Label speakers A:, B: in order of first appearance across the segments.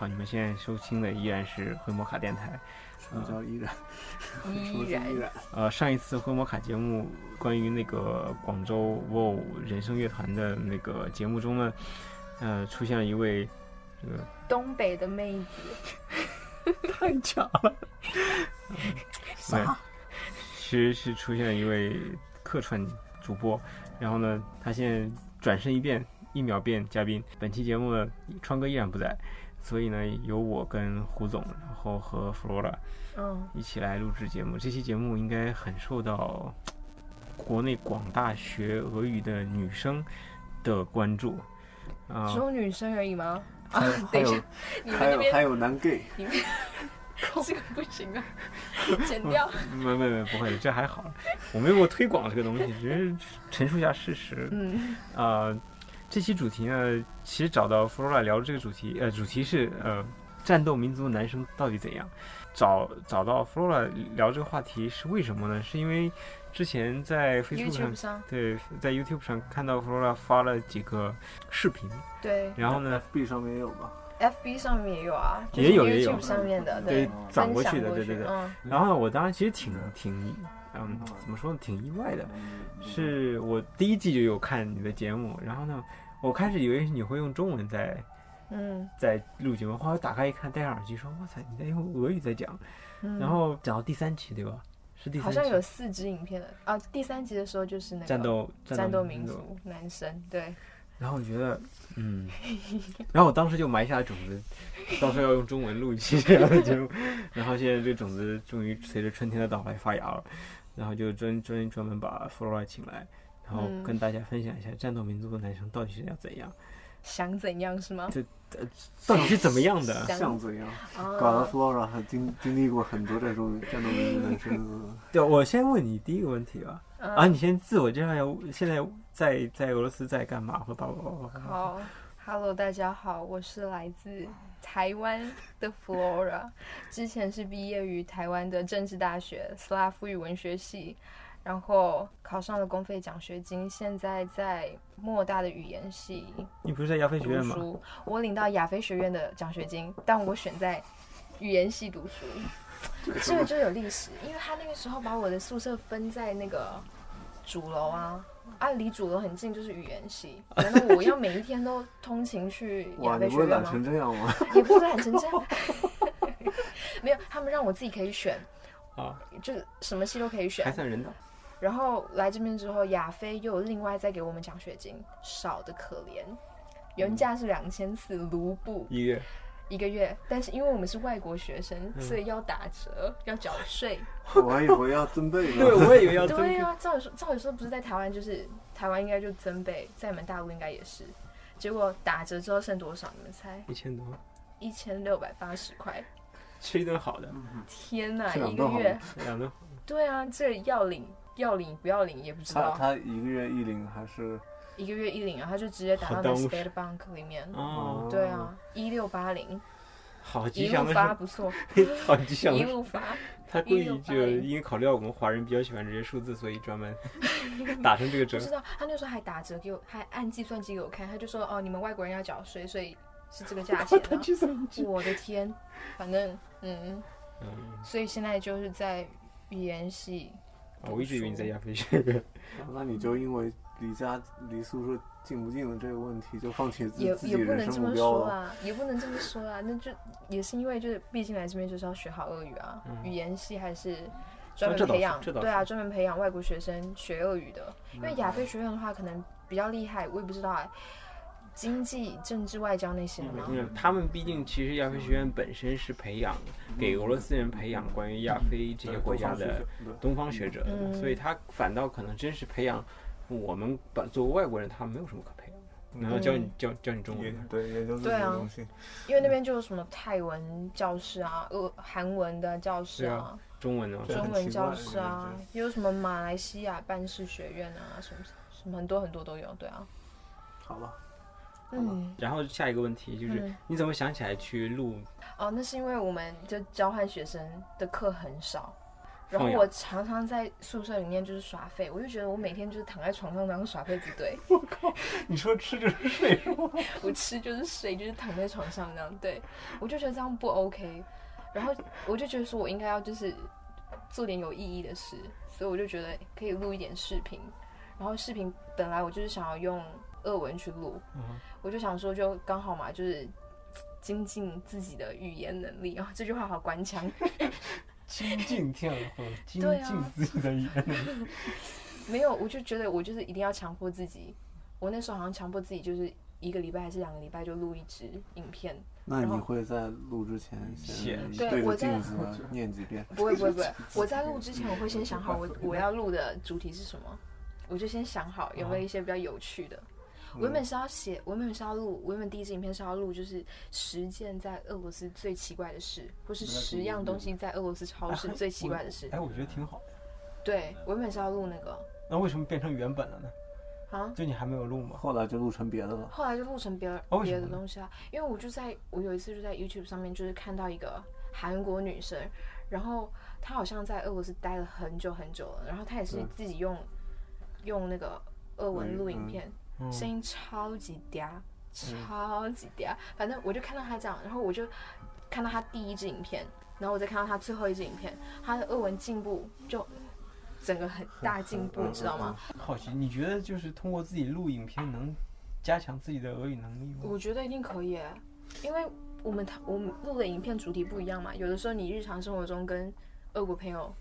A: 呃们现在收听的依然是灰摩卡电台。嗯
B: 什么叫依然？什么
C: 依
B: 是依
C: 然
B: 然？
A: 呃，上一次灰摩卡节目关于那个广州 WO 人声乐团的那个节目中呢，呃，出现了一位这个
C: 东北的妹子，
B: 太假了，
A: 对，其实呃是出现了一位客串主播，然后呢，他现在转身一变，一秒变嘉宾。本期节目呢，川哥依然不在，所以呢，由我跟胡总，然后和 Flora
C: 嗯，
A: 一起来录制节目。这期节目应该很受到国内广大学俄语的女生的关注啊、
C: 只有女生而已吗？啊
B: 还有还
C: 等一
B: 有
C: 下你们
B: 还
C: 那
B: 有还
C: 边
B: 有男 gay，
C: 这个不行啊， 剪 掉。
A: 没没没，不会，这还好，我没有过推广这个东西，只是陈述一下事实。
C: 嗯，
A: 呃，这期主题呢，其实找到 Flora 聊这个主题，呃，主题是呃，战斗民族男生到底怎样？找找到 Flora 聊这个话题是为什么呢？是因为之前在 Facebook 上
C: YouTube 上
A: 对，在 YouTube 上看到 Flora 发了几个视频，
C: 对
A: 然后呢，
B: ，B 上面也有吧？
C: ，FB 上面也有啊，就是
A: 也有也有
C: YouTube 上面的
A: 对
C: 对，
A: 转过
C: 分享
A: 去的，
C: 过
A: 对对对。
C: 嗯
A: 然后我当时其实挺挺，嗯，怎么说呢，挺意外的，
B: 嗯
A: 是我第一季就有看你的节目，然后呢，我开始以为你会用中文在
C: 嗯
A: 在录节目，后来打开一看，戴上耳机说，哇塞，你在用俄语在讲，
C: 嗯，
A: 然后讲到第三期对吧？是第
C: 好
A: 三
C: 像有
A: 期
C: 四支影片的啊，第三集的时候就是那个
A: 战斗
C: 战斗
A: 斗
C: 民，族男生，对，
A: 然后我觉得，嗯， 然后我当时就埋下种 子，到时候要用中文录一期这样的 节目。然后现在这个种子终于随着春天的到来发芽了，然后就专专专门把 Flora 请来，然后
C: 嗯
A: 跟大家分享一下战斗民族的男生到底是要怎样，
C: 想怎样是吗？
A: 到底是怎么样的。
C: 想
B: 像怎样？搞得
C: 啊，
B: Flora 还经经历过很多这种战斗民族男生
C: 嗯
B: 的，
A: 对，我先问你第一个问题吧。啊，你先自我介绍一下，现在在在俄罗斯在干嘛？和爸爸爸爸爸爸。
C: 好，Hello，大家好，我是来自台湾的 Flora，之前是毕业于台湾的政治大学斯拉夫语文学系，然后考上了公费奖学金，现在在莫大的语言系
A: 你不是在亚非学
C: 读
A: 院吗？
C: 书。我领到亚非学院的奖学金，但我选在语言系读书，这个就有历史，因为他那个时候把我的宿舍分在那个主楼啊。啊，离主楼很近就是语言 系，难道我要每一天都通勤去
B: 哇，
C: 亚
B: 你
C: 非
B: 不
C: 学
B: 会
C: 院
B: 懒
C: 吗？
B: 成这样吗？
C: 也不是很成这样， 没有，他们让我自己可以选，
A: 啊，
C: 就是什么系都可以选
A: 还。算人道。
C: 然后来这边之后，亚非又有另外再给我们奖学金，少的可怜，原价是两千四卢布
A: 一月。
C: 一个月，但是因为我们是外国学生，
A: 嗯
C: 所以要打折，要缴税。
B: 我还以为要增倍呢
A: 对，。我也 以为 要
C: 对啊，照理说，照理说不是在台湾，就是台湾应该就增倍，在你们大陆应该也是。结果打折之后剩多少？你们猜？
A: 一千多，
C: 一千六百八十块！
A: 吃一顿好的，
C: 天哪，
B: 这两
C: 一个
B: 顿好
C: 月
B: 吗！
A: 两顿
C: 对啊，这要领要领不要领也不知
B: 他
C: 道，
B: 他一个月一领还是
C: 一个月一领，然后就直接打
A: 好
C: 到那
A: 耽
C: 个
A: 误
C: State Bank 里面。
A: 哦，
C: 对啊，一六八零，
A: 好吉
C: 一
A: 祥
C: 路
A: 的
C: 发
A: 是，
C: 不错，
A: 好吉祥
C: 一
A: 的是，
C: 路发。
A: 他故意就
C: 1680
A: 因为考虑到我们华人比较喜欢这些数字，所以专 门打成这个
C: 不
A: 折。
C: 知道他那时候还打折给我，还按计算机给我看，他就说哦，你们外国人要缴税，所以是这个 价钱、啊。
A: 计算，
C: 我的天，反正嗯，
A: 嗯，
C: 所以现在就是在语言系，
A: 啊我一直以为你在亚非学 院，
B: 那你就因为离家离宿舍近不近的这个问题，就放弃自
C: 也
B: 自己
C: 也不
B: 人
C: 能这
B: 生目
C: 么
B: 标
C: 说啊
B: 了。
C: 啦，也不能这么说啦，那就也是因为就是毕竟来这边就是要学好俄语啊，
A: 嗯
C: 语言系还是
A: 这
C: 专门
A: 倒是
C: 培养，
A: 这倒
C: 对啊，
A: 是
C: 专门培养外国学生学俄语的，因为亚非学院的话可能比较厉害，我也不知道哎，经济、政治、外交那些的吗？
A: 嗯他们毕竟其实亚非学院本身是培养嗯给俄罗斯人培养关于亚非这些国家的东方学者的，
C: 嗯
A: 所以他反倒可能真是培养我们本作为外国人，他没有什么可培养的，然后教你教教你中
B: 也
A: 文。
B: 对，研究自己
C: 对
B: 的
C: 啊
B: 东西。
C: 因为那边就有什么泰文教室啊、俄韩文的教室
A: 对
C: 啊
A: 啊、中文呢？
B: 对
C: 中
B: 很
C: 文
B: 奇
C: 教
B: 怪
C: 室
B: 我
C: 啊
B: 感觉，
C: 也有什么马来西亚办事学院啊，什么什么很多很多都有，对啊，
B: 好吧，
C: 嗯，
A: 然后下一个问题就是
C: 嗯，
A: 你怎么想起来去录
C: 哦，那是因为我们就交换学生的课很少，然后
A: 放养
C: 我常常在宿舍里面就是耍废，我就觉得我每天就是躺在床上当耍废不对，
B: 你说吃就是睡是吗？
C: 我吃就是睡，就是躺在床上那样。对，我就觉得这样不 OK，然后我就觉得说我应该要就是做点有意义的事，所以我就觉得可以录一点视频。然后视频本来我就是想要用俄文去录，
A: 嗯
C: 我就想说就刚好嘛，就是精进自己的语言能力。然后这句话好官腔，
B: 精进天鹅湖，精
C: 对啊
B: 进自己的语言。
C: 没有，我就觉得我就是一定要强迫自己。我那时候好像强迫自己就是一个礼拜还是两个礼拜就录一支影片，
B: 那
C: 然后
B: 你会在录之前先
A: 先
C: 对
B: 对
C: 我
B: 着
C: 在
B: 镜子念几遍？
C: 不会不会不会，我在录之前我会先想好我我要录的主题是什么，我就先想好有没有一些比较有趣的。我原
B: 嗯
C: 本是要写，我原本是要录，我原本第一支影片是要录就是十件在俄罗斯最奇怪的事，或是十样东西在俄罗斯超市最奇怪的事。
A: 哎，我觉得挺好的。
C: 对，我原本是要录那个
A: 那为什么变成原本了呢？
C: 啊，
A: 就你还没有录吗？
B: 后来就录成别的了。
C: 后来就录成别的
A: 哦为什
C: 别
A: 么
C: 的
A: 呢
C: 东西啊，因为我就在我有一次就在 YouTube 上面就是看到一个韩国女生，然后她好像在俄罗斯待了很久很久了，然后她也是
B: 嗯
C: 自己用、用那个俄文录影片，
A: 嗯
C: 声音超级嗲，超级嗲，反正我就看到她这样，然后我就看到她第一支影片，然后我再看到她最后一支影片，她的俄文进步就整个很大 进步，
B: 嗯
C: 你知道吗？
A: 好奇，你觉得就是通过自己录影片能加强自己的俄语能力吗？
C: 我觉得一定可以耶，因为我们讨我们录的影片主题不一样嘛，有的时候你日常生活中跟俄国朋友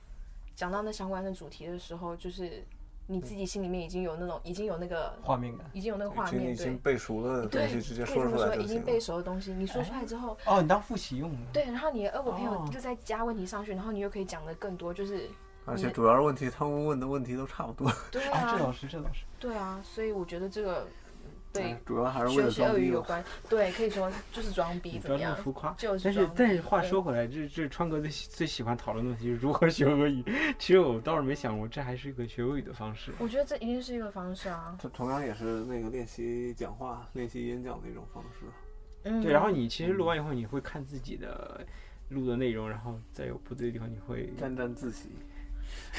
C: 讲到那相关的主题的时候，就是你自己心里面已经有那种已经有那个
A: 画面感。
C: 已经有那个画
B: 其实你
C: 面，
B: 已经
C: 对
B: 背熟了的东
C: 对，可
B: 西，
C: 以
B: 直
C: 这
B: 接
C: 么
B: 说出来
C: 说，
B: 就
C: 已经
B: 行
C: 背
B: 了。哎
C: 熟的东西，你说出来之后，
A: 哦，你当复习用的。
C: 对，然后你的俄国朋友
A: 哦
C: 就再加问题上去，然后你又可以讲的更多，就是
B: 而且主要是问题，他们问的问题都差不多。
C: 对
A: 啊，这
C: 啊，
A: 倒是，这倒是。
C: 对啊，所以我觉得这个嗯对
B: 主要还是哎为
C: 学
B: 了
C: 习
B: 装
C: 俄
B: 逼哦
C: 语有
B: 用。
C: 关，对，可以说就是装逼
A: 你
C: 怎
A: 不要
C: 么
A: 这么
C: 样？
A: 浮夸。
C: 就是
A: 但是
C: 装，
A: 但是话说回来，这这川哥最喜最喜欢讨论的问题是如何学俄语。 其实我倒是没想过，这还是一个学俄语的方式。
C: 我觉得这一定是一个方式啊。
B: 同同样也是那个练习讲话、练习演讲的一种方式。
C: 嗯，
A: 对，然后你其实录完以后，你会看自己的录的内容，然后再有不对的地方，你会
B: 沾沾自喜，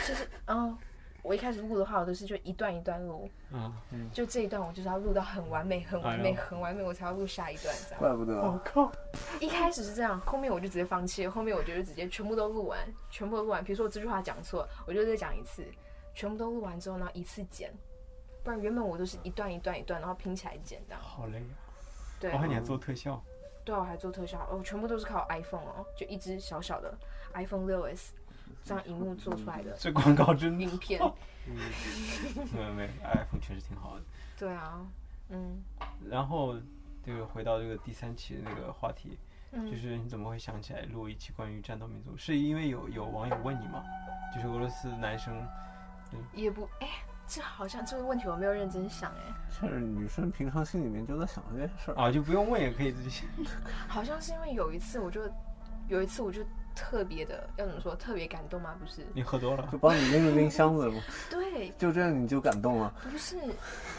C: 就是嗯，我一开始录的话，我都是就一段一段录，
A: 啊，
C: 就这一段我就是要录到很完美、很完
A: 哎
C: 美、
A: 呦
C: 很完美，我才要录下一段这样。
B: 怪不得
A: 我
C: 哦
A: 哦靠，
C: 一开始是这样，后面我就直接放弃了，后面我就是直接全部都录完，全部都录完。比如说我这句话讲错，我就再讲一次，全部都录完之后，然后一次剪。不然原本我都是一段一段一段，然后拼起来剪的。
A: 好累啊！
C: 对
A: 然后你还做特效，
C: 对啊，我还做特效，哦，全部都是靠 iPhone 哦，就一只小小的 iPhone 六 S 这样荧幕做出来的
A: 这广告真
C: 影片。
A: 没有没有，iPhone 确实挺好的。
C: 对啊，嗯
A: 然后这个回到这个第三期的那个话题，
C: 嗯
A: 就是你怎么会想起来录一期关于战斗民族？是因为有有网友问你吗？就是俄罗斯男生
C: 也不哎，这好像这个问题我没有认真想哎，
B: 但是女生平常心里面就在想这件事儿。
A: 啊，就不用问也可以自己 想。
C: 好像是因为有一次我就有一次我就特别的要怎么说特别感动吗？不是，
A: 你喝多了
B: 就，帮你拎了拎箱子，
C: 对，
B: 就这样你就感动了。
C: 不是，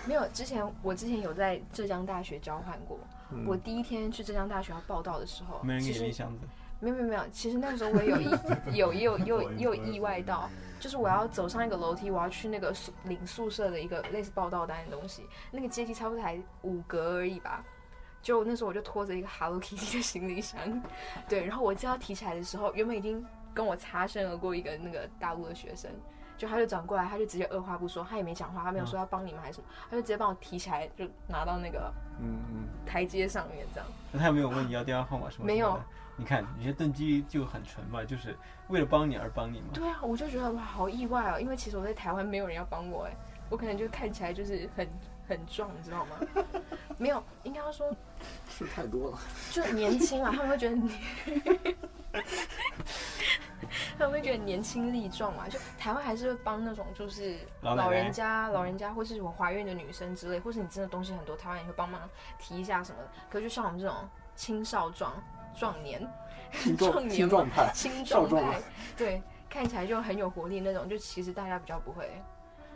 C: 没有。之前我之前有在浙江大学交换过，我第一天去浙江大学要报道的时候，
A: 嗯没人给
C: 其
A: 你
C: 实
A: 拎箱子，
C: 没有没有没有，其实那个时候我也有意有也有也有也有意外到，就是我要走上一个楼梯，我要去那个宿领宿舍的一个类似报到单的东西，那个阶梯差不多才五格而已吧。就那时候我就拖着一个 Hello Kitty 的行李箱，对，然后我正要提起来的时候，原本已经跟我擦身而过一个那个大陆的学生，就他就转过来，他就直接二话不说，他也没讲话，他没有说要帮你们还是什么，他就直接帮我提起来，就拿到那个
B: 嗯嗯，
C: 台阶上面这样。
A: 那他有没有问你要电话号码什么？
C: 没有。
A: 你看，有些动机就很纯嘛，就是为了帮你而帮你嘛。
C: 对啊，我就觉得哇，好意外哦，因为其实我在台湾没有人要帮我哎，我可能就看起来就是很很壮，你知道吗？ 没有，应该要说
B: 事太多 了。
C: 就年轻 啊嘛，他们会觉得你， 他们会觉得年轻力壮嘛。就台湾还是会帮那种就是
A: 老奶嗯奶
C: 老人家、老人家或是我怀孕的女生之类，或是你真的东西很多，台湾也会帮忙提一下什么的。可是就像我们这种青少壮、壮年、
B: 青
C: 壮
B: 壮
C: 年
B: 青壮派，
C: 青
B: 少
C: 壮
B: 壮
A: 啊
C: 派，对，看起来就很有活力那种，就其实大家比较不会。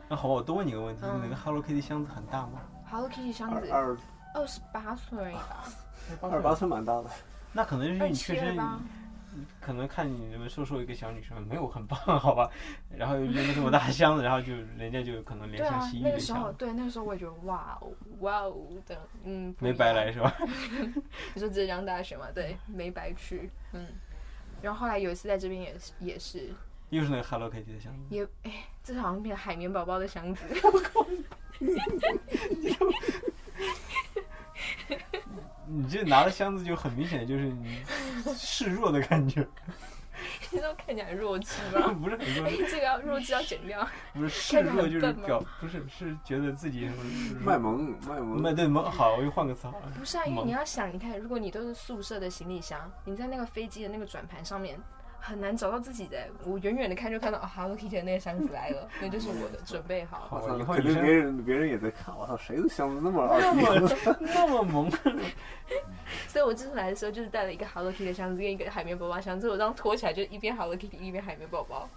A: 那好，我多问你个问题，
C: 嗯
A: 你那个 Hello Kitty 箱子很大吗？
C: Hello Kitty 箱
B: 二
C: 子
B: 二
C: 二十八寸而已吧，
B: 二十八寸蛮大的。
A: 那可能是因为
C: 二
A: 你
C: 七
A: 确
C: 二
A: 实
C: 八，
A: 可能看你们瘦瘦一个小女生，没有很棒，好吧？ 然后又拎个这么大箱子，然后就人家就可能
C: 对
A: 联想
C: 啊
A: 起，一
C: 那个
A: 联
C: 时
A: 想
C: 候，对那个时候我也觉得哇哦哇哦的，嗯，不
A: 没
C: 一
A: 白
C: 样
A: 来是吧？
C: 你说浙江大学嘛，对，没白去，嗯。然后后来有一次在这边也是也是
A: 又是那个 Hello Kitty 的箱子，
C: 也哎，这好像变海绵宝宝的箱子，
A: 你这拿了箱子就很明显就是你示弱的感觉，
C: 这都看起来很弱智吧？
A: 不是很多
C: 哎，这个要弱智要剪掉，
A: 不是示弱
C: 看
A: 就
C: 起来
A: 是
C: 很 笨吗
A: 表不是是觉得自己很
B: 卖萌卖萌，
A: 卖对萌好，我又换个词好了，
C: 不是啊，因为
A: 萌
C: 你要想，你看，如果你都是宿舍的行李箱，你在那个飞机的那个转盘上面很难找到自己的。我远远的看就看到哦，Hello Kitty 的那个箱子来了，那就是我的，准备好。
B: 我
A: 好以
B: 操，
A: 后
B: 肯
A: 女
B: 定别
A: 生
B: 人别人也在看，我操，谁的箱子那么二
A: 那
B: 逼？
A: 么那么萌，
C: 所以我这次来的时候就是带了一个 Hello Kitty 的箱子跟一个海绵宝宝箱子，我这样拖起来就一边 Hello Kitty 一边海绵宝宝，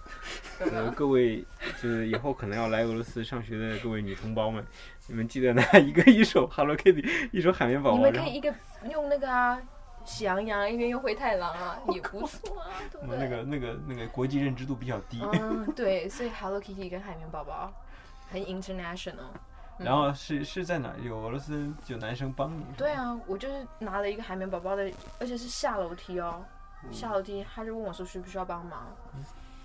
C: 懂
A: 呃，
C: 吗？
A: 各位就是以后可能要来俄罗斯上学的各位女同胞们，你们记得拿一个一手 Hello Kitty，一手海绵 宝
C: 你
A: 宝，
C: 们可
A: 然
C: 以
A: 后
C: 一个用那个啊，喜羊羊一边用灰太狼啊，也不错啊，对
A: 我
C: 不
A: 们
C: 对？
A: 那个那个那个国际认知度比较低，
C: 嗯，对，所以 Hello Kitty 跟海绵宝宝很 international。嗯
A: 然后是是在哪儿有俄罗斯有男生帮你？
C: 对，啊，我就是拿了一个海绵宝宝的，而且是下楼梯哦，
A: 嗯
C: 下楼梯他就问我说需不需要帮忙，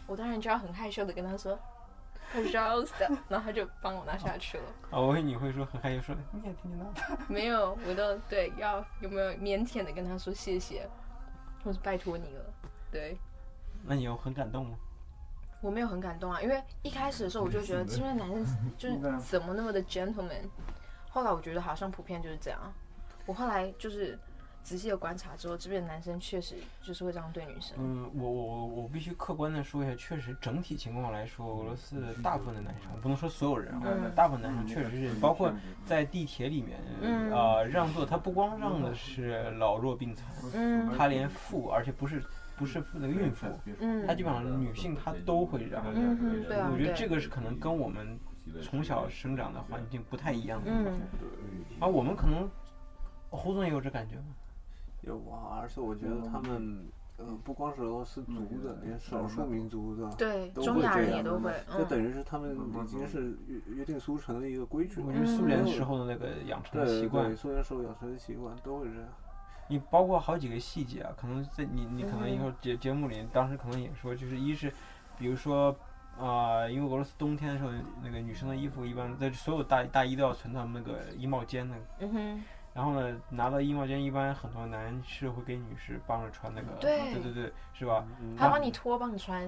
C: 我当然就要很害羞的跟他说。不需要的， 然后他就帮我拿下去了。
A: 啊，我以为你会说很害羞说你也听得到，
C: 没有，我都对要有没有腼腆的跟他说谢谢，或是拜托你了。对
A: 那你有很感动吗？
C: 我没有很感动啊，因为一开始的时候我就觉
B: 嗯
C: 得这边男生就是怎么那么的 gentleman，后来我觉得好像普遍就是这样。我后来就是仔细的观察之后，这边的男生确实就是会这样对女生。
A: 嗯，我我我我必须客观的说一下，确实整体情况来说，俄罗斯的大部分的男生，我不能说所有人啊，
C: 嗯
A: 大部分男生确实是，包括在地铁里面，
C: 嗯
A: 啊，让座，他不光让的是老弱病残，
C: 嗯
A: 他连妇，而且不是不是妇那个孕妇，
C: 嗯
A: 他基本上女性她都会让。
C: 嗯哼对啊
A: 我觉得这个是可能跟我们从小生长的环境不太一样的。
C: 嗯，
A: 啊，我们可能哦胡总也有这感觉吗？
B: 有啊，而且我觉得他们，呃，不光是俄罗斯族
A: 嗯
B: 的，连少数民族的，
C: 对，
B: 都
C: 中
B: 会
C: 亚
B: 这
C: 人也
B: 样
C: 都会，
B: 这等
C: 嗯，
B: 于是他们已经是约约定俗成的一个规矩
A: 嗯我
B: 了。
A: 觉得苏联时候的那个养成
B: 对
A: 的习
B: 嗯对
A: 惯
B: 对，，苏联时候养成的习惯都会这样。
A: 你包括好几个细节啊，可能在你你可能以
C: 嗯
A: 后节节目里当时可能也说，就是一是，比如说。啊、因为俄罗斯冬天的时候，那个女生的衣服一般在所有大大衣都要存到那个衣帽间那个
C: 嗯哼，
A: 然后呢，拿到衣帽间，一般很多男士会给女士帮着穿那个，
C: 对
A: 对对对，是吧？
B: 嗯
C: 他帮你脱，帮你穿，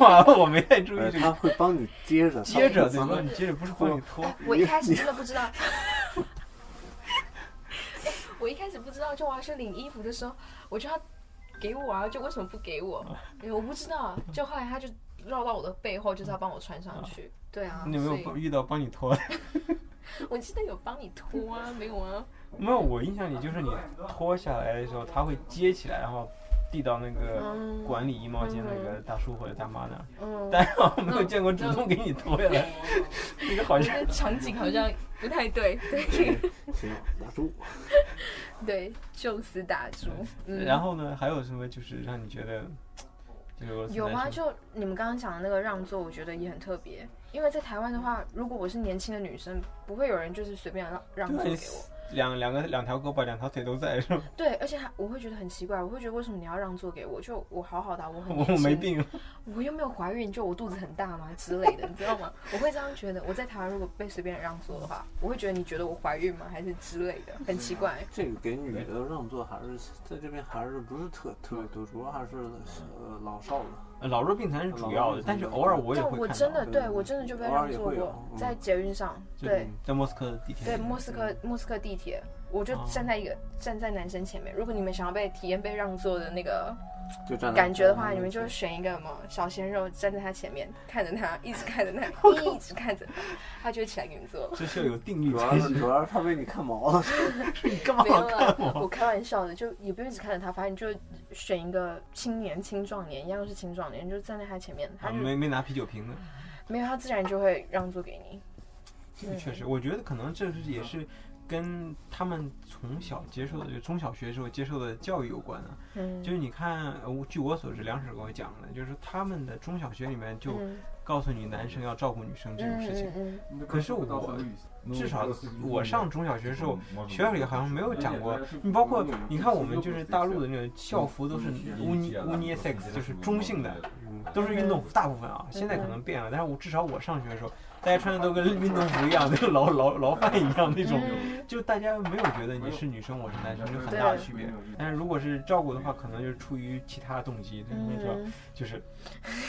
A: 哇，我没太注意
B: 呃
A: 这
B: 他
A: 个。
B: 会帮你接着，
A: 接着，对
B: 咱
A: 吧？
B: 们
A: 你接着不是帮你脱
C: 哎，我一开始真的不知道。哎我一开始不知道，就我要去领衣服的时候，我就要给我啊，就为什么不给我？哎我不知道，就后来他就绕到我的背后，就是要帮我穿上去。对啊，
A: 你有没有
C: 所
A: 帮遇到帮你脱的？
C: 以我记得有帮你脱啊，没 有啊？
A: 没有，我印象里就是你脱下来的时候，他会接起来，然后递到那个
C: 嗯
A: 呃管理衣帽间那个大叔或者大妈那儿，
C: 嗯，
A: 但是我没有见过主动给你脱下来，这个好
C: 我
A: 像
C: 的场景好像不太对， 对
B: 行，打住。
C: 对，就此打住。嗯，
A: 然后呢，还有什么就是让你觉得就是俄罗斯
C: 有啊，
A: 男生
C: 就你们刚刚讲的那个让座，我觉得也很特别。因为在台湾的话，如果我是年轻的女生，不会有人就是随便让让座给我。
A: 两两个两条胳膊两条腿都在是吧？
C: 对，而且还我会觉得很奇怪，我会觉得为什么你要让座给我？就我好好的啊，我很
A: 我
C: 年轻
A: 没，病，
C: 我又没有怀孕，就我肚子很大嘛之类的，你知道吗？我会这样觉得。我在台湾如果被随便让座的话，我会觉得你觉得我怀孕吗？还是之类的，很奇怪。
B: 这个给女的让座还是在这边还是不是特特别多，主要还是呃老少的。
A: 老弱病残是主要的，但是偶尔我也
C: 但
A: 会看到。
C: 我真的
B: 到
C: 对
B: 嗯
C: 我真的就被
B: 偶尔
C: 让
B: 也
C: 座
B: 会有
C: 过，
B: 嗯
C: 在捷运上，
A: 就是
C: 对，
A: 在莫斯科的地铁
C: 对，
A: 里面。
C: 莫斯科莫斯科地铁，我就
A: 哦
C: 站在一个、站在男生前面。如果你们想要被体验被让座的那个
B: 就
A: 嗯
B: 站在
C: 感觉的话，
B: 站在
C: 你们
B: 那
C: 就
B: 边
C: 选一个什么小鲜肉站在他前面，看着他，一直看 着他，一直看着他，他就会起来给你坐。
A: 这是要有定律
B: 主要
A: 才
B: 是
A: 行。
B: 主要是他被你看毛了，
A: 你干嘛
C: 没有
A: 看
C: 啦，
A: 我？
C: 我开玩笑的，就也不用一直看着他，反正你就选一个青年、青壮年，一样是青壮年，你就站在他前面，他
A: 啊，
C: 就、
A: 没没拿啤酒瓶呢，
C: 没有他自然就会让座给你。
A: 这个确实，我觉得可能这是也是跟他们从小接受的，就中小学时候接受的教育有关的、
C: 嗯，
A: 就是你看，呃我据我所知，梁婶跟我讲的，就是他们的中小学里面就
C: 嗯
A: 告诉你男生要照顾女生这种事情。
C: 嗯
A: 可是我至少我上中小学的时候，学校里好像没有讲过。你包括你看我们就是大陆的那种校服都是乌尼乌尼 sex，就是中性的，
B: 嗯
A: 都是运动服，大部分啊，现在可能变了，但是我至少我上学的时候，大家穿的都跟运动服一样，跟牢牢牢饭一样那种，
C: 嗯
A: 就大家没有觉得你是女生，我是男生，就很大的区别。但是如果是照顾的话，可能就是出于其他动机，对
C: 嗯
A: 你知道，就是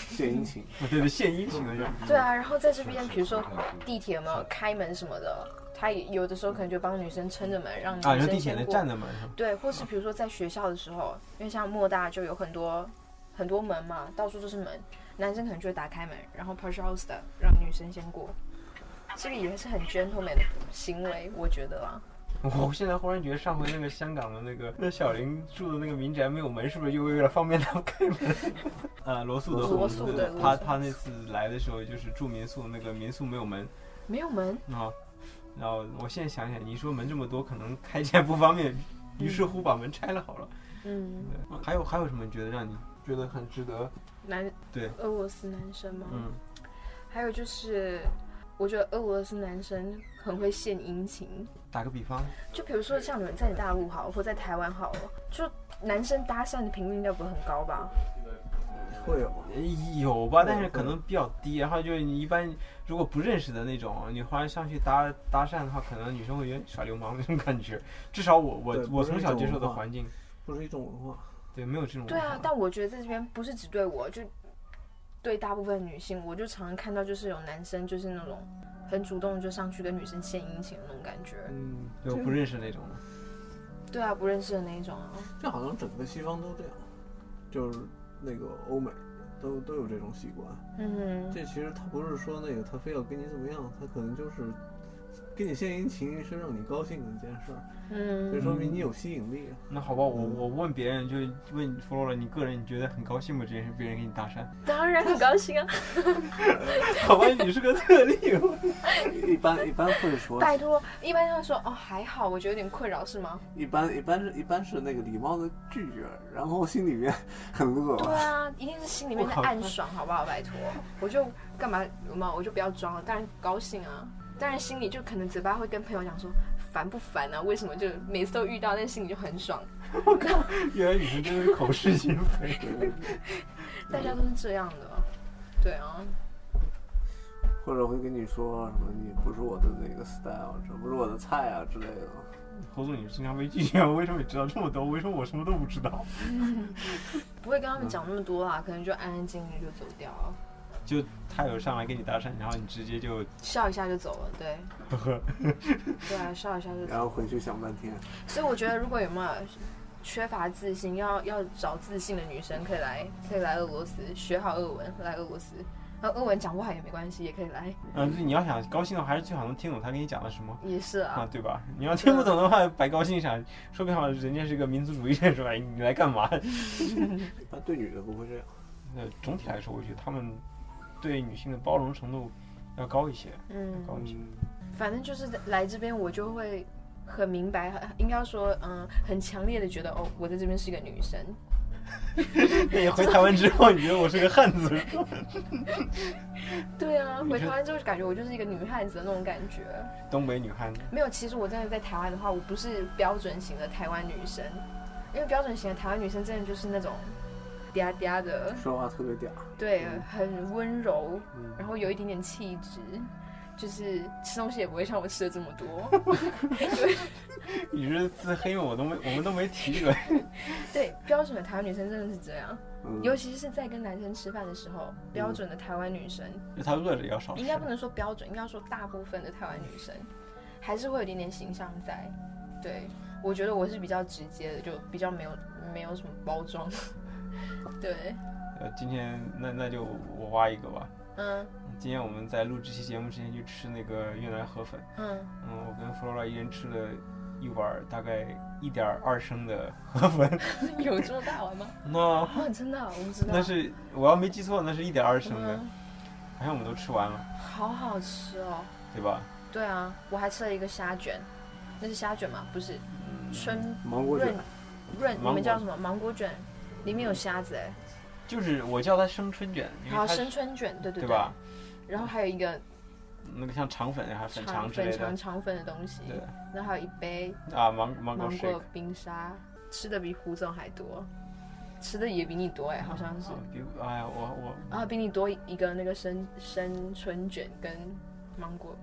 B: 献殷勤，
A: 我对对献殷勤的人，
C: 对啊，然后在这边，比如说地铁嘛，开门什么的，他也有的时候可能就帮女生撑着门，让女
A: 啊，就
C: 生
A: 地铁
C: 先
A: 的
C: 过。
A: 站的门是吧？
C: 对，或是比如说在学校的时候，因为像莫大就有很多很多门嘛，到处都是门，男生可能就会打开门，然后 push house 的让女生先过，这个也是很 gentleman 的行为，我觉得啦。
A: 我现在忽然觉得上回那个香港的那个那小林住的那个民宅没有门，是不是就为了方便他们开门？ 呃，罗素的
C: 罗
A: 红
C: 素
A: 字
C: 对罗
A: 他
C: 素
A: 他那次来的时候就是住民宿，那个民宿没有门
C: 没有门，
A: 啊。然后我现在想想，你说门这么多，可能开起来不方便，于是乎把门拆了好了。
C: 嗯，
A: 对还有还有什么觉得让你觉得很值得？
C: 男
A: 对
C: 俄罗斯男生吗？
A: 嗯，
C: 还有就是，我觉得俄罗斯男生很会献殷勤，
A: 打个比方，
C: 就比如说像你们在大陆好，或在台湾好了，就男生搭讪的频率应该不会很高吧？
B: 会有
A: 呃有吧，但是可能比较低。然后就是你一般如果不认识的那种，你忽然上去搭搭讪的话，可能女生会觉得耍流氓那种感觉。至少我我
B: 对
A: 我
B: 不是
A: 从
B: 一
A: 小
B: 种
A: 接受
B: 文
A: 的
B: 化
A: 环境，
B: 不是一种文化。
A: 对没有这种
C: 对
A: 文
C: 啊
A: 化，
C: 但我觉得在这边不是只对我，就对大部分女性，我就常常看到就是有男生就是那种很主动就上去跟女生献殷勤的那种感觉。
A: 嗯，对我不认识那种的。
C: 对啊，不认识的那一种啊。
B: 这好像整个西方都这样，就是那个欧美都都有这种习惯。
C: 嗯哼，
B: 这其实他不是说那个他非要跟你怎么样，他可能就是跟你献殷勤是让你高兴的一件事儿，这
C: 嗯，
B: 说明你有吸引力啊。
A: 那好吧，我我问别人，就问弗洛了，你个人你觉得很高兴吗？这件事别人给你搭 讪，
C: 当然很高兴啊！
A: 好吧，你是个特例吧。
B: 一般一般会说，
C: 拜托，一般都会说哦还好，我觉得有点困扰是吗？
B: 一般一般是一般是那个礼貌的拒绝，然后心里面 很乐
C: 对啊，一定是心里面在
A: 我靠
C: 暗爽，好不好？拜托，我就干嘛有没有？我就不要装了，当然高兴啊，当然心里就可能嘴巴会跟朋友讲说烦不烦啊？为什么就每次都遇到，但心里就很爽？
A: 原来你是真的口是心非。
C: 大家都是这样的，对啊，
B: 或者会跟你说什么你不是我的那个 style，这不是我的菜啊之类的。
A: 侯总，你经常被拒绝， 为什么你知道这么多？为什么我什么都不知道？
C: 不会跟他们讲那么多啊啦，可能就安安静静就走掉啊了，
A: 就他有上来跟你搭讪，然后你直接就
C: 笑一下就走了， 对，对啊，笑一下就走
B: 然。后回去想半天，
C: 所以我觉得，如果有没有缺乏自信，要要找自信的女生，可以来可以来俄罗斯学好俄文，来俄罗斯。然后俄文讲不好也没关系，也可以来，
A: 嗯，对，你要想高兴的话，还是最好能听懂他跟你讲的什么
C: 也是
A: 啊，
C: 啊。
A: 对吧？你要听不懂的话，白高兴啥？说不好人家是个民族主义者，说哎，你来干嘛？
B: 一般对女的不会这样。
A: 呃，总体来说，我觉得他们对女性的包容程度要高一些，
C: 嗯，
A: 高一些。
C: 反正就是来这边，我就会很明白，很应该说，嗯，很强烈的觉得，哦，我在这边是一个女生。
A: 那你回台湾之后，你觉得我是个汉子？
C: 对啊，
A: 你
C: 回
A: 是
C: 台湾之后就感觉我就是一个女汉子的那种感觉。
A: 东北女汉子，
C: 没有，其实我真的在台湾的话，我不是标准型的台湾女生，因为标准型的台湾女生真的就是那种嗲嗲的，
B: 说话特别嗲，
C: 对，
B: 嗯
C: 很温柔，
B: 嗯
C: 然后有一点点气质，就是吃东西也不会像我吃的这么多。
A: 你是自黑吗？我都没，我们都没提这个。
C: 对，标准的台湾女生真的是这样，
B: 嗯，
C: 尤其是在跟男生吃饭的时候，标准的台湾女生，
A: 就他饿着也要少吃
C: 应。该不能说标准，应该说大部分的台湾女生还是会有一点点形象在。对，我觉得我是比较直接的，就比较没有没有什么包装。 对，
A: 呃，今天那那就我挖一个吧。
C: 嗯
A: 今天我们在录这期节目之前去吃那个越南河粉，
C: 嗯，
A: 嗯，我跟弗罗拉一人吃了一碗大概一点二升的河 粉，
C: 有这么大碗吗？
A: 那
C: 哦，真的啊，我不知道。
A: 那是我要没记错，那是一点二升的，
C: 嗯，
A: 好像我们都吃完了，
C: 好好吃哦。
A: 对吧？
C: 对啊，我还吃了一个虾卷，那是虾卷吗？不是，春
A: 嗯芒果卷
C: 润润，你
A: 芒果
C: 们叫什么？芒果卷，里面有虾子哎，
A: 就是我叫它生春卷，因为
C: 好
A: 它
C: 生春卷，对
A: 对
C: 对。
A: 吧？
C: 然后还有一个
A: 那个像肠粉还是粉
C: 肠
A: 肠之类
C: 粉肠
A: 的，
C: 肠粉的东西，
A: 对
C: 然后还有一杯
A: 啊，芒芒果
C: 芒果
A: shake，
C: 冰沙，吃的比胡总还多，吃的也比你多哎，好像是
A: 啊，比哎呀，我我
C: 啊，比你多一个那个生生春卷跟芒果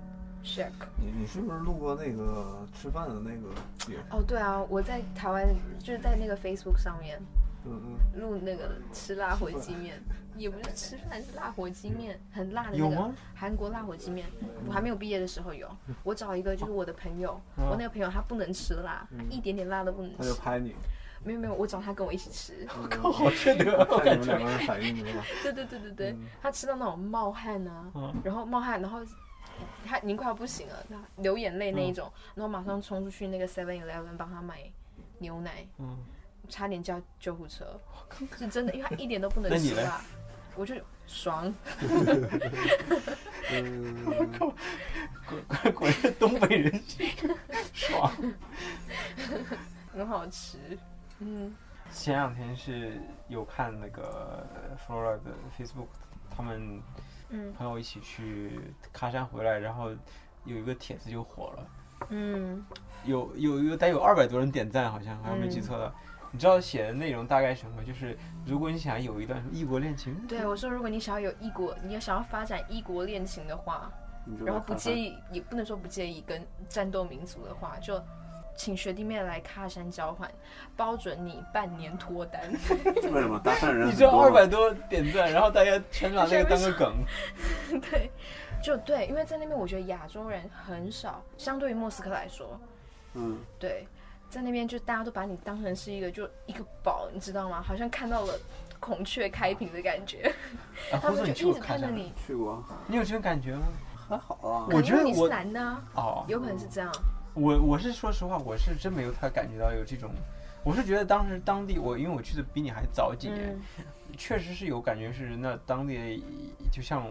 C: shake。
B: 你你是不是录过那个吃饭的那个也？
C: 哦，对啊，我在台湾就是在那个 Facebook 上面
B: 嗯嗯，
C: 录那个吃辣火鸡面，也不是吃饭，是辣火鸡面，很辣的
A: 有
C: 那个
A: 吗？
C: 韩国辣火鸡面。我还没有毕业的时候有，我找一个就是我的朋友，
A: 嗯
C: 我那个朋友他不能吃辣，一点点辣都不能
B: 嗯他
C: 吃
B: 就。拍你，嗯
C: 没有没有，我找他跟我一起吃。
B: 我
A: 好吃的，我
B: 看你
A: 感
B: 们
A: 觉
B: 两个人反应是吧？
C: 对对对对对，
B: 嗯
C: 他吃到那种冒汗啊，
A: 嗯
C: 然后冒汗，然后他已经快要不行了，他流眼泪那一
B: 嗯
C: 种，然后马上冲出去那个 Seven Eleven 帮他买牛奶，
A: 嗯，
C: 差点叫救护车，是真的，因为他一点都不
A: 那
C: 能
A: 你
C: 吃
A: 嘞
C: 辣。我就爽，
B: 嗯，
A: 果果果然是东北人，爽。
C: 很好吃，嗯，
A: 前两天是有看那个 Flora 的 Facebook，他们
C: 嗯
A: 朋友一起去喀山回来，然后有一个帖子就火了，
C: 嗯，
A: 有有有得有二百多人点赞，好像好像没记
C: 嗯
A: 错的。你知道写的内容大概什么？就是如果你想有一段什么异国恋情，
C: 对我说，如果你想要有异国，你要想要发展异国恋情的话，
B: 你就
A: 啊
C: 然后
B: 来
C: 不
B: 看
C: 介
B: 看，
C: 意，也不能说不介意跟战斗民族的话，就请学弟妹来喀山交换，包准你半年脱单。
B: 为什么搭讪人
A: 你
B: 很
A: 知道
B: 多
A: 二
B: 吗
A: 百多点赞，然后大家全把那个当个梗，
C: 对，就对，因为在那边我觉得亚洲人很少，相对于莫斯科来说，
B: 嗯，
C: 对，在那边就大家都把你当成是一个就一个宝，你知道吗？好像看到了孔雀开屏的感觉，
A: 啊，
C: 他
A: 胡
C: 们
A: 总，你去
C: 就一
A: 过喀
C: 直看着
A: 山吗？
C: 你。
B: 去过，
A: 啊你有这种感觉吗？
B: 还好啊
A: 我
C: 可能
A: 觉
C: 因为
A: 得
C: 你是
A: 我
C: 男的啊，
A: 哦，
C: 有可能是这样。
A: 我我是说实话，我是真没有太感觉到有这种。我是觉得当时当地我因为我去的比你还早几年，
C: 嗯
A: 确实是有感觉是那当地的就像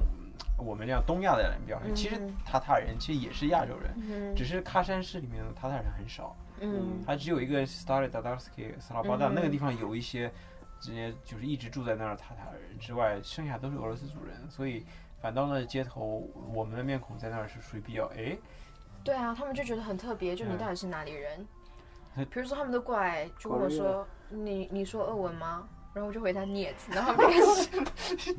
A: 我们这样东亚的人比较少，其实
C: 嗯
A: 塔塔人其实也是亚洲人，
C: 嗯
A: 只是喀山市里面的塔塔人很少，
C: 嗯
A: 它只有一个 Stary Dadarsky 斯拉巴达
C: 嗯
A: 那个地方有一些直接就是一直住在那儿的塔塔人之外，剩下都是俄罗斯族人，所以反倒呢街头我们的面孔在那儿是属于比较哎
C: 对啊，他们就觉得很特别，就你
A: 嗯
C: 到底是哪里人？
A: 那
C: 比如说他们都过来就问我
B: 过来
C: 说：“你你说俄文吗？”然后我就回答“niet”，然后他们就开始，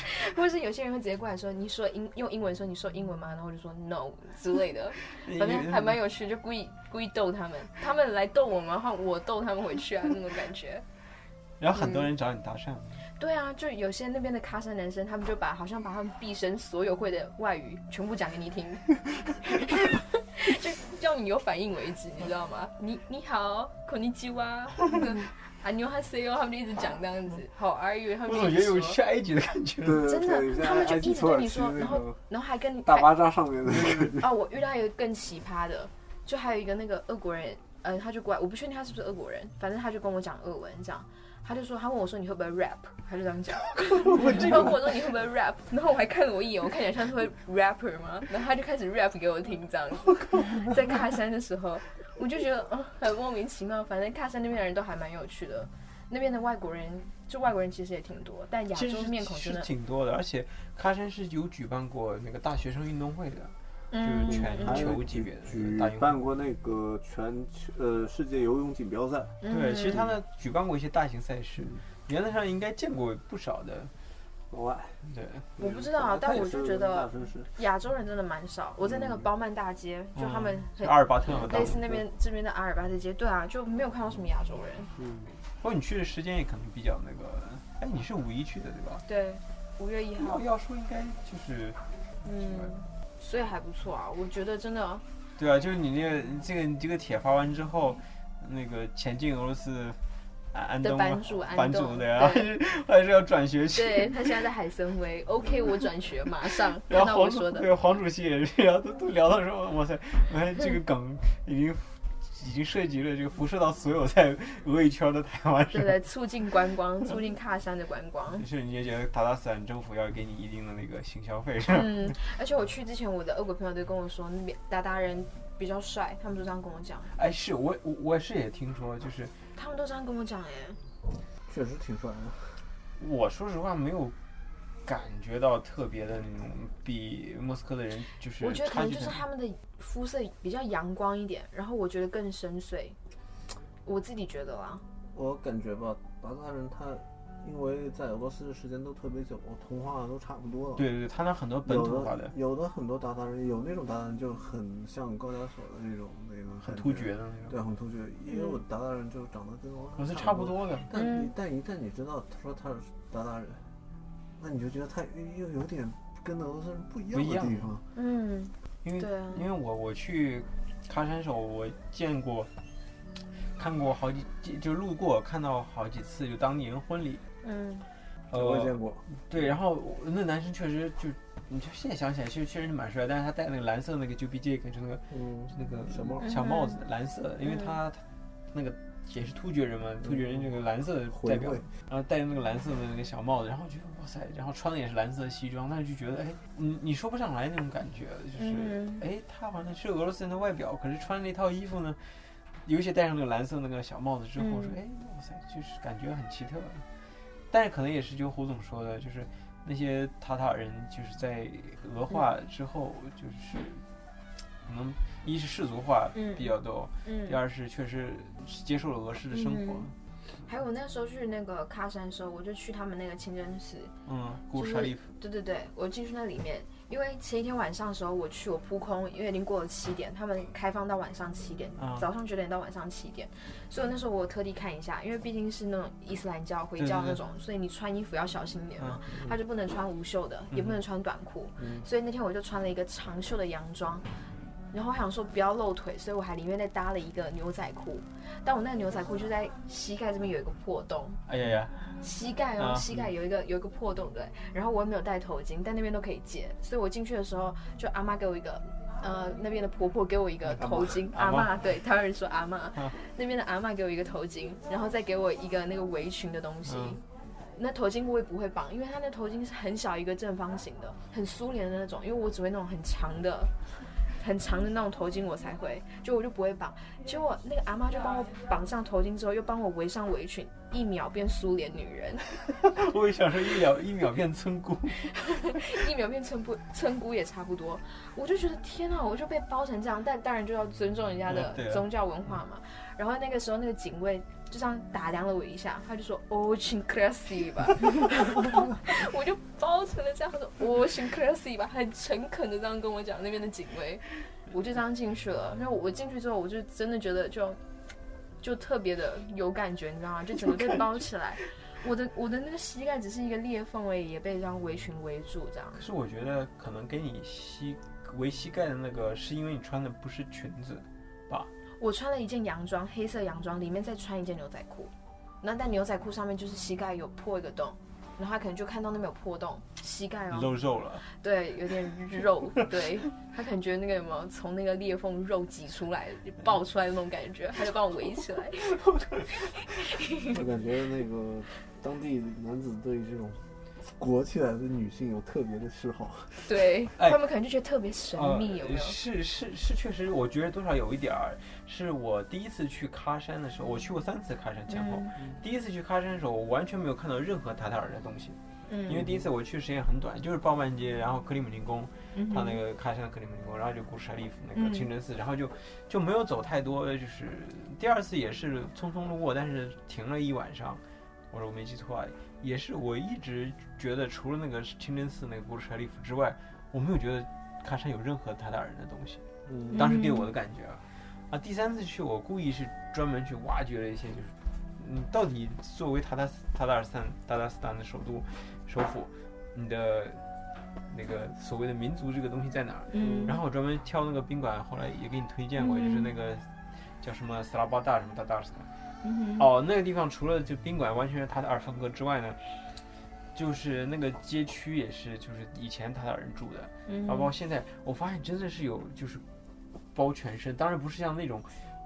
C: 或者是有些人会直接过来说：“你说英用英文说你说英文吗？”然后我就说 “no” 之类的，反正还蛮有趣，就故意故意逗他们，他们来逗我们，然后我逗他们回去啊，那种感觉。
A: 然后很多人找你搭讪，
C: 对啊，就有些那边的喀山男生，他们就把好像把他们毕生所有会的外语全部讲给 你听，就叫你有反应为止，你知道吗？你你好，こんに ちは，那个啊牛哈 C O，他们就一直讲这样子，How are you？他
A: 我
C: 们
B: 哦
A: 总
C: 就
A: 觉
C: 一
A: 得
C: 直
A: 有
C: 说，
A: 下埃及的感觉。
B: 对
C: 真的
B: 对对
C: 他们就
B: 埃及
C: 一直
B: 土耳
C: 跟你
B: 其
C: 说
B: 那
C: 然后
B: 个
C: 然后还跟你
B: 大
C: 还
B: 巴扎上面的那个，
C: 哦，我遇到一个更奇葩的，就还有一个那个俄国人，呃，他就过来，我不确定他是不是俄国人，反正他就跟我讲俄文这样。他就说，他问我说你会不会 rap，他就这样讲。他问 我说你会不会 rap，然后我还看了我一眼，我看起来像是会 rapper 吗？然后他就开始 rap 给我听这样子。在喀山的时候，我就觉得嗯很莫名其妙。反正喀山那边的人都还蛮有趣的，那边的外国人就外国人其实也挺多，但亚
A: 其实
C: 洲
A: 是
C: 面孔真
A: 是
C: 的
A: 挺多的，而且喀山是有举办过那个大学生运动会的，
C: 嗯
A: 就是 全
C: 嗯
A: 球
C: 嗯
A: 级别的
B: 举
A: 大运
B: 办
A: 会
B: 过那个全球呃世界游泳锦标赛，
A: 对，其实他
C: 嗯
A: 们举办过一些大型赛事，原则上应该见过不少的。
B: 国外
A: 对，
C: 我不知道啊
B: 它
C: 但
B: 也
C: 我
B: 是
C: 就觉
B: 文化
C: 得
B: 城市
C: 亚洲人真的蛮少。我在那个包曼大街，就他们
A: 嗯是
C: 很
A: 阿尔巴特嘛，
C: 类似那边这边的阿尔巴斯街，对啊，就没有看到什么亚洲人。
B: 嗯，
A: 不过你去的时间也可能比较那个。哎，你是五一去的对吧？
C: 对，五月一号
A: 要，要说应该就是，
C: 嗯，所以还不错啊。我觉得 真的，
A: 对啊，就是你那个这个你这个帖发完之后，那个前进俄罗斯安安
C: 的
A: 东
C: 版
A: 嘛
C: 主安
A: 版主
C: 东
A: 的呀， 还是要转学去。
C: 对他现在在海参崴
A: 嗯
C: ，OK，我转学 马上
A: 然
C: 看到
A: 后
C: 我
A: 黄
C: 说
A: 主
C: 的，
A: 对黄主席也是，然后都都聊到说，哇塞，我看
C: 嗯
A: 这个梗已经已经涉及了这个辐射到所有在俄语圈的台湾
C: 对
A: 人。
C: 对，促进观光，促进喀山的观光
A: 就。是你也觉得塔塔斯坦政府要给你一定的那个行销费是吧？
C: 嗯嗯，而且我去之前，我的俄国朋友都跟我说，那边鞑靼人比较帅，他们都这样跟我讲，
A: 哎，是我我我是也听说，就是
C: 他们都这样跟我讲哎耶。
B: 确实挺帅的。
A: 我说实话没有感觉到特别的那种比莫斯科的人就是
C: 我觉得可
A: 差
C: 能
A: 距
C: 就是
A: 很
C: 他们的肤色比较阳光一点，然后我觉得更深邃，我自己觉得啦。
B: 我感觉吧，鞑靼人他因为在俄罗斯的时间都特别久，同化都差不多了。
A: 对对对，他那很多本
B: 有
A: 土化
B: 的
A: 的
B: 有的很多鞑靼人，有那种鞑靼人就很像高加索的那种那个
A: 很
B: 感
A: 突
B: 觉
A: 厥，的那种，
B: 对，很突厥。因为我鞑靼人就长得跟我
A: 我是差
B: 差
A: 不
B: 多，
A: 多的。
B: 但
C: 嗯
B: 一但一旦你知道他说他是鞑靼人，那你就觉得他又又有点跟俄罗斯人不一
A: 不一
B: 样
A: 样
B: 的地方。
C: 嗯，
A: 因为
C: 对啊，
A: 因为我我去喀山的时候，我见过看过好几就路过看到好几次就当地人婚礼，
C: 嗯，
B: 我也
A: 呃，
B: 见过，
A: 对，然后我那男生确实就。你就现在想起来，确实确实是蛮帅，但是他戴那个蓝色那个 j b j 跟就那个
B: 嗯，
A: 那个
B: 小帽
A: 小帽子，蓝色的，因为
C: 嗯
A: 他他那个也是突厥人嘛，突厥人这个蓝色的代
B: 嗯回
A: 表
B: 味，
A: 然后戴着那个蓝色的那个小帽子，然后我觉得哇塞，然后穿的也是蓝色的西装，但是就觉得哎，你你说不上来那种感觉，就是
C: 嗯
A: 哎，他好像是俄罗斯人的外表，可是穿了一套衣服呢，尤其戴上那个蓝色那个小帽子之后，
C: 嗯
A: 我说哎哇塞，就是感觉很奇特，啊但是可能也是就胡总说的，就是那些塔塔人就是在俄化
C: 嗯
A: 之后，就是可能一是氏族化
C: 嗯
A: 比较多，第
C: 嗯，
A: 二是确实是接受了俄式的生活
C: 嗯，还有我那时候去那个喀山的时候，我就去他们那个清真寺，
A: 嗯，古
C: 就是
A: 沙利夫。
C: 对对对，我进去那里面，因为前一天晚上的时候我去，我扑空，因为已经过了七点，他们开放到晚上七点，
A: 啊
C: 早上九点到晚上七点，所以那时候我特地看一下，因为毕竟是那种伊斯兰教、回教那种，所以你穿衣服要小心一点嘛，他就不能穿无袖的，也不能穿短裤，所以那天我就穿了一个长袖的洋装。然后我想说不要露腿，所以我还里面再搭了一个牛仔裤，但我那个牛仔裤就在膝盖这边有一个破洞，
A: 哎呀呀，
C: 膝盖哦，
A: 啊
C: 膝盖有一个有一个破洞，对。然后我也没有戴头巾，但那边都可以借，所以我进去的时候，就阿妈给我一个，呃，那边的婆婆给我一个头巾，
A: 阿
C: 阿
A: 嬷
C: 妈对，台湾人说阿妈，那边的阿妈给我一个头巾，然后再给我一个那个围裙的东西。
A: 嗯
C: 那头巾我也不会绑，因为它那头巾是很小一个正方形的，很苏联的那种，因为我只会那种很长的。很长的那种头巾我才会，就我就不会绑。结果那个阿妈就帮我绑上头巾之后，又帮我围上围裙，一秒变苏联女人，
A: 我也想说一秒一秒变村姑，
C: 一秒变村姑村姑也差不多。我就觉得天啊，我就被包成这样，但当然就要尊重人家
A: 嗯对
C: 的
A: 啊
C: 宗教文化嘛。然后那个时候那个警卫就这样打量了我一下，他就说 o c h i n k r a s y 吧， 我就包成了这样，他说 o c h i n k r a s y 吧，很诚恳的这样跟我讲那边的警卫，我就这样进去了。然后我进去之后，我就真的觉得就就特别的有感觉，你知道吗？就整个被包起来。我的我的那个膝盖只是一个裂缝而已，也被这样围裙围住，这样
A: 可是我觉得可能跟你膝围膝盖的那个，是因为你穿的不是裙子，
C: 我穿了一件洋装，黑色洋装，里面再穿一件牛仔裤，那但牛仔裤上面就是膝盖有破一个洞，然后他可能就看到那边有破洞，膝盖
A: 你
C: 哦，
A: 露肉了。
C: 对，有点肉，对他可能觉得那个有没有从那个裂缝肉挤出来，就爆出来的那种感觉，他就帮我围起来。
B: 我感觉那个当地男子对这种裹起来的女性有特别的嗜好。
C: 对、
A: 哎
C: 他们可能就觉得特别神秘，有没嗯有？
A: 呃是是是，确实，我觉得多少有一点儿。是我第一次去喀山的时候，我去过三次喀山前后。
C: 嗯
A: 第一次去喀山的时候，我完全没有看到任何塔塔尔的东西，因为
C: 嗯，
A: 第一次我去的时间很短，就是鲍曼街，然后克里姆林宫，
C: 嗯
A: 他
C: 哼
A: 那个喀山的克里姆林宫，然后就古舍利夫那个
C: 嗯
A: 清真寺，然后就就没有走太多，就是第二次也是匆匆路过，但是停了一晚上。我说我没记错啊，也是我一直觉得除了那个清真寺那个古舍利夫之外，我没有觉得喀山有任何塔塔尔人的东西，
B: 嗯
A: 当时给我的感觉啊。啊，第三次去我故意是专门去挖掘了一些，就是你到底作为塔塔斯塔塔尔散塔塔斯坦的首都首府，你的那个所谓的民族这个东西在哪儿？
C: 嗯，
A: 然后我专门挑那个宾馆，后来也给你推荐过，就是
C: 嗯
A: 那个叫什么斯拉巴大什么大大斯卡。
C: 嗯哼
A: 哦，那个地方除了就宾馆完全是塔塔尔风格之外呢，就是那个街区也是就是以前塔塔尔人住的，
C: 嗯
A: 包括现在我发现真的是有就是包全身，当然不是像那种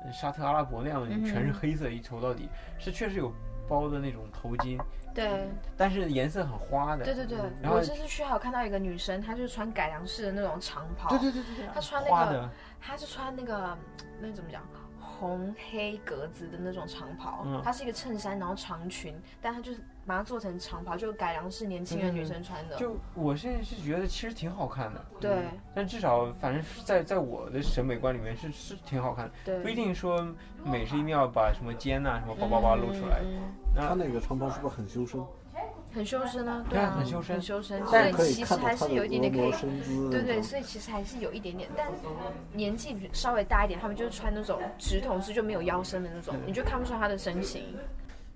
A: 呃沙特阿拉伯那样的
C: 嗯
A: 全是黑色一头到底，是确实有。包的那种头巾，
C: 对
A: 但是颜色很花的，
C: 对对对，
A: 嗯然后
C: 我这次去还有看到一个女生，她就是穿改良式的那种长袍，
B: 对对对对对，
C: 她穿
A: 花
C: 那个，
A: 的，
C: 她是穿那个那怎么讲，红黑格子的那种长袍，
A: 嗯
C: 它是一个衬衫，然后长裙，但她就是把它做成长袍，就是改良式年轻人
A: 嗯
C: 女生穿的，
A: 就我现在是觉得其实挺好看的，
C: 对
A: 但至少反正是在在我的审美观里面是是挺好看的，不一
C: 对，
A: 定说美是一定要把什么肩呐、什么叭叭叭露出来，
C: 嗯嗯嗯
B: 他
A: 那
B: 那个长袍是不是很修身？
C: 很修身啊，
A: 对啊
C: 啊，
A: 很修身
C: 很修身，所
A: 但
C: 以
B: 可以
C: 其实
B: 看到
C: 还
B: 他
C: 是
B: 的
C: 有一点点
B: 婀
C: 可以
B: 娜身姿
C: 对对，
B: 那种。
C: 所以其实还是有一点点，但年纪稍微大一点，他们就是穿那种直筒式就没有腰身的那种，你就看不出他的身形，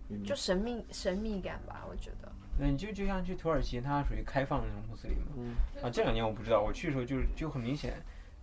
B: 明白
C: 就神秘神秘感吧，我觉得。
A: 那你就就像去土耳其，它属于开放的那种穆斯林嘛。
B: 嗯
A: 啊，这两年我不知道，我去的时候就是就很明显，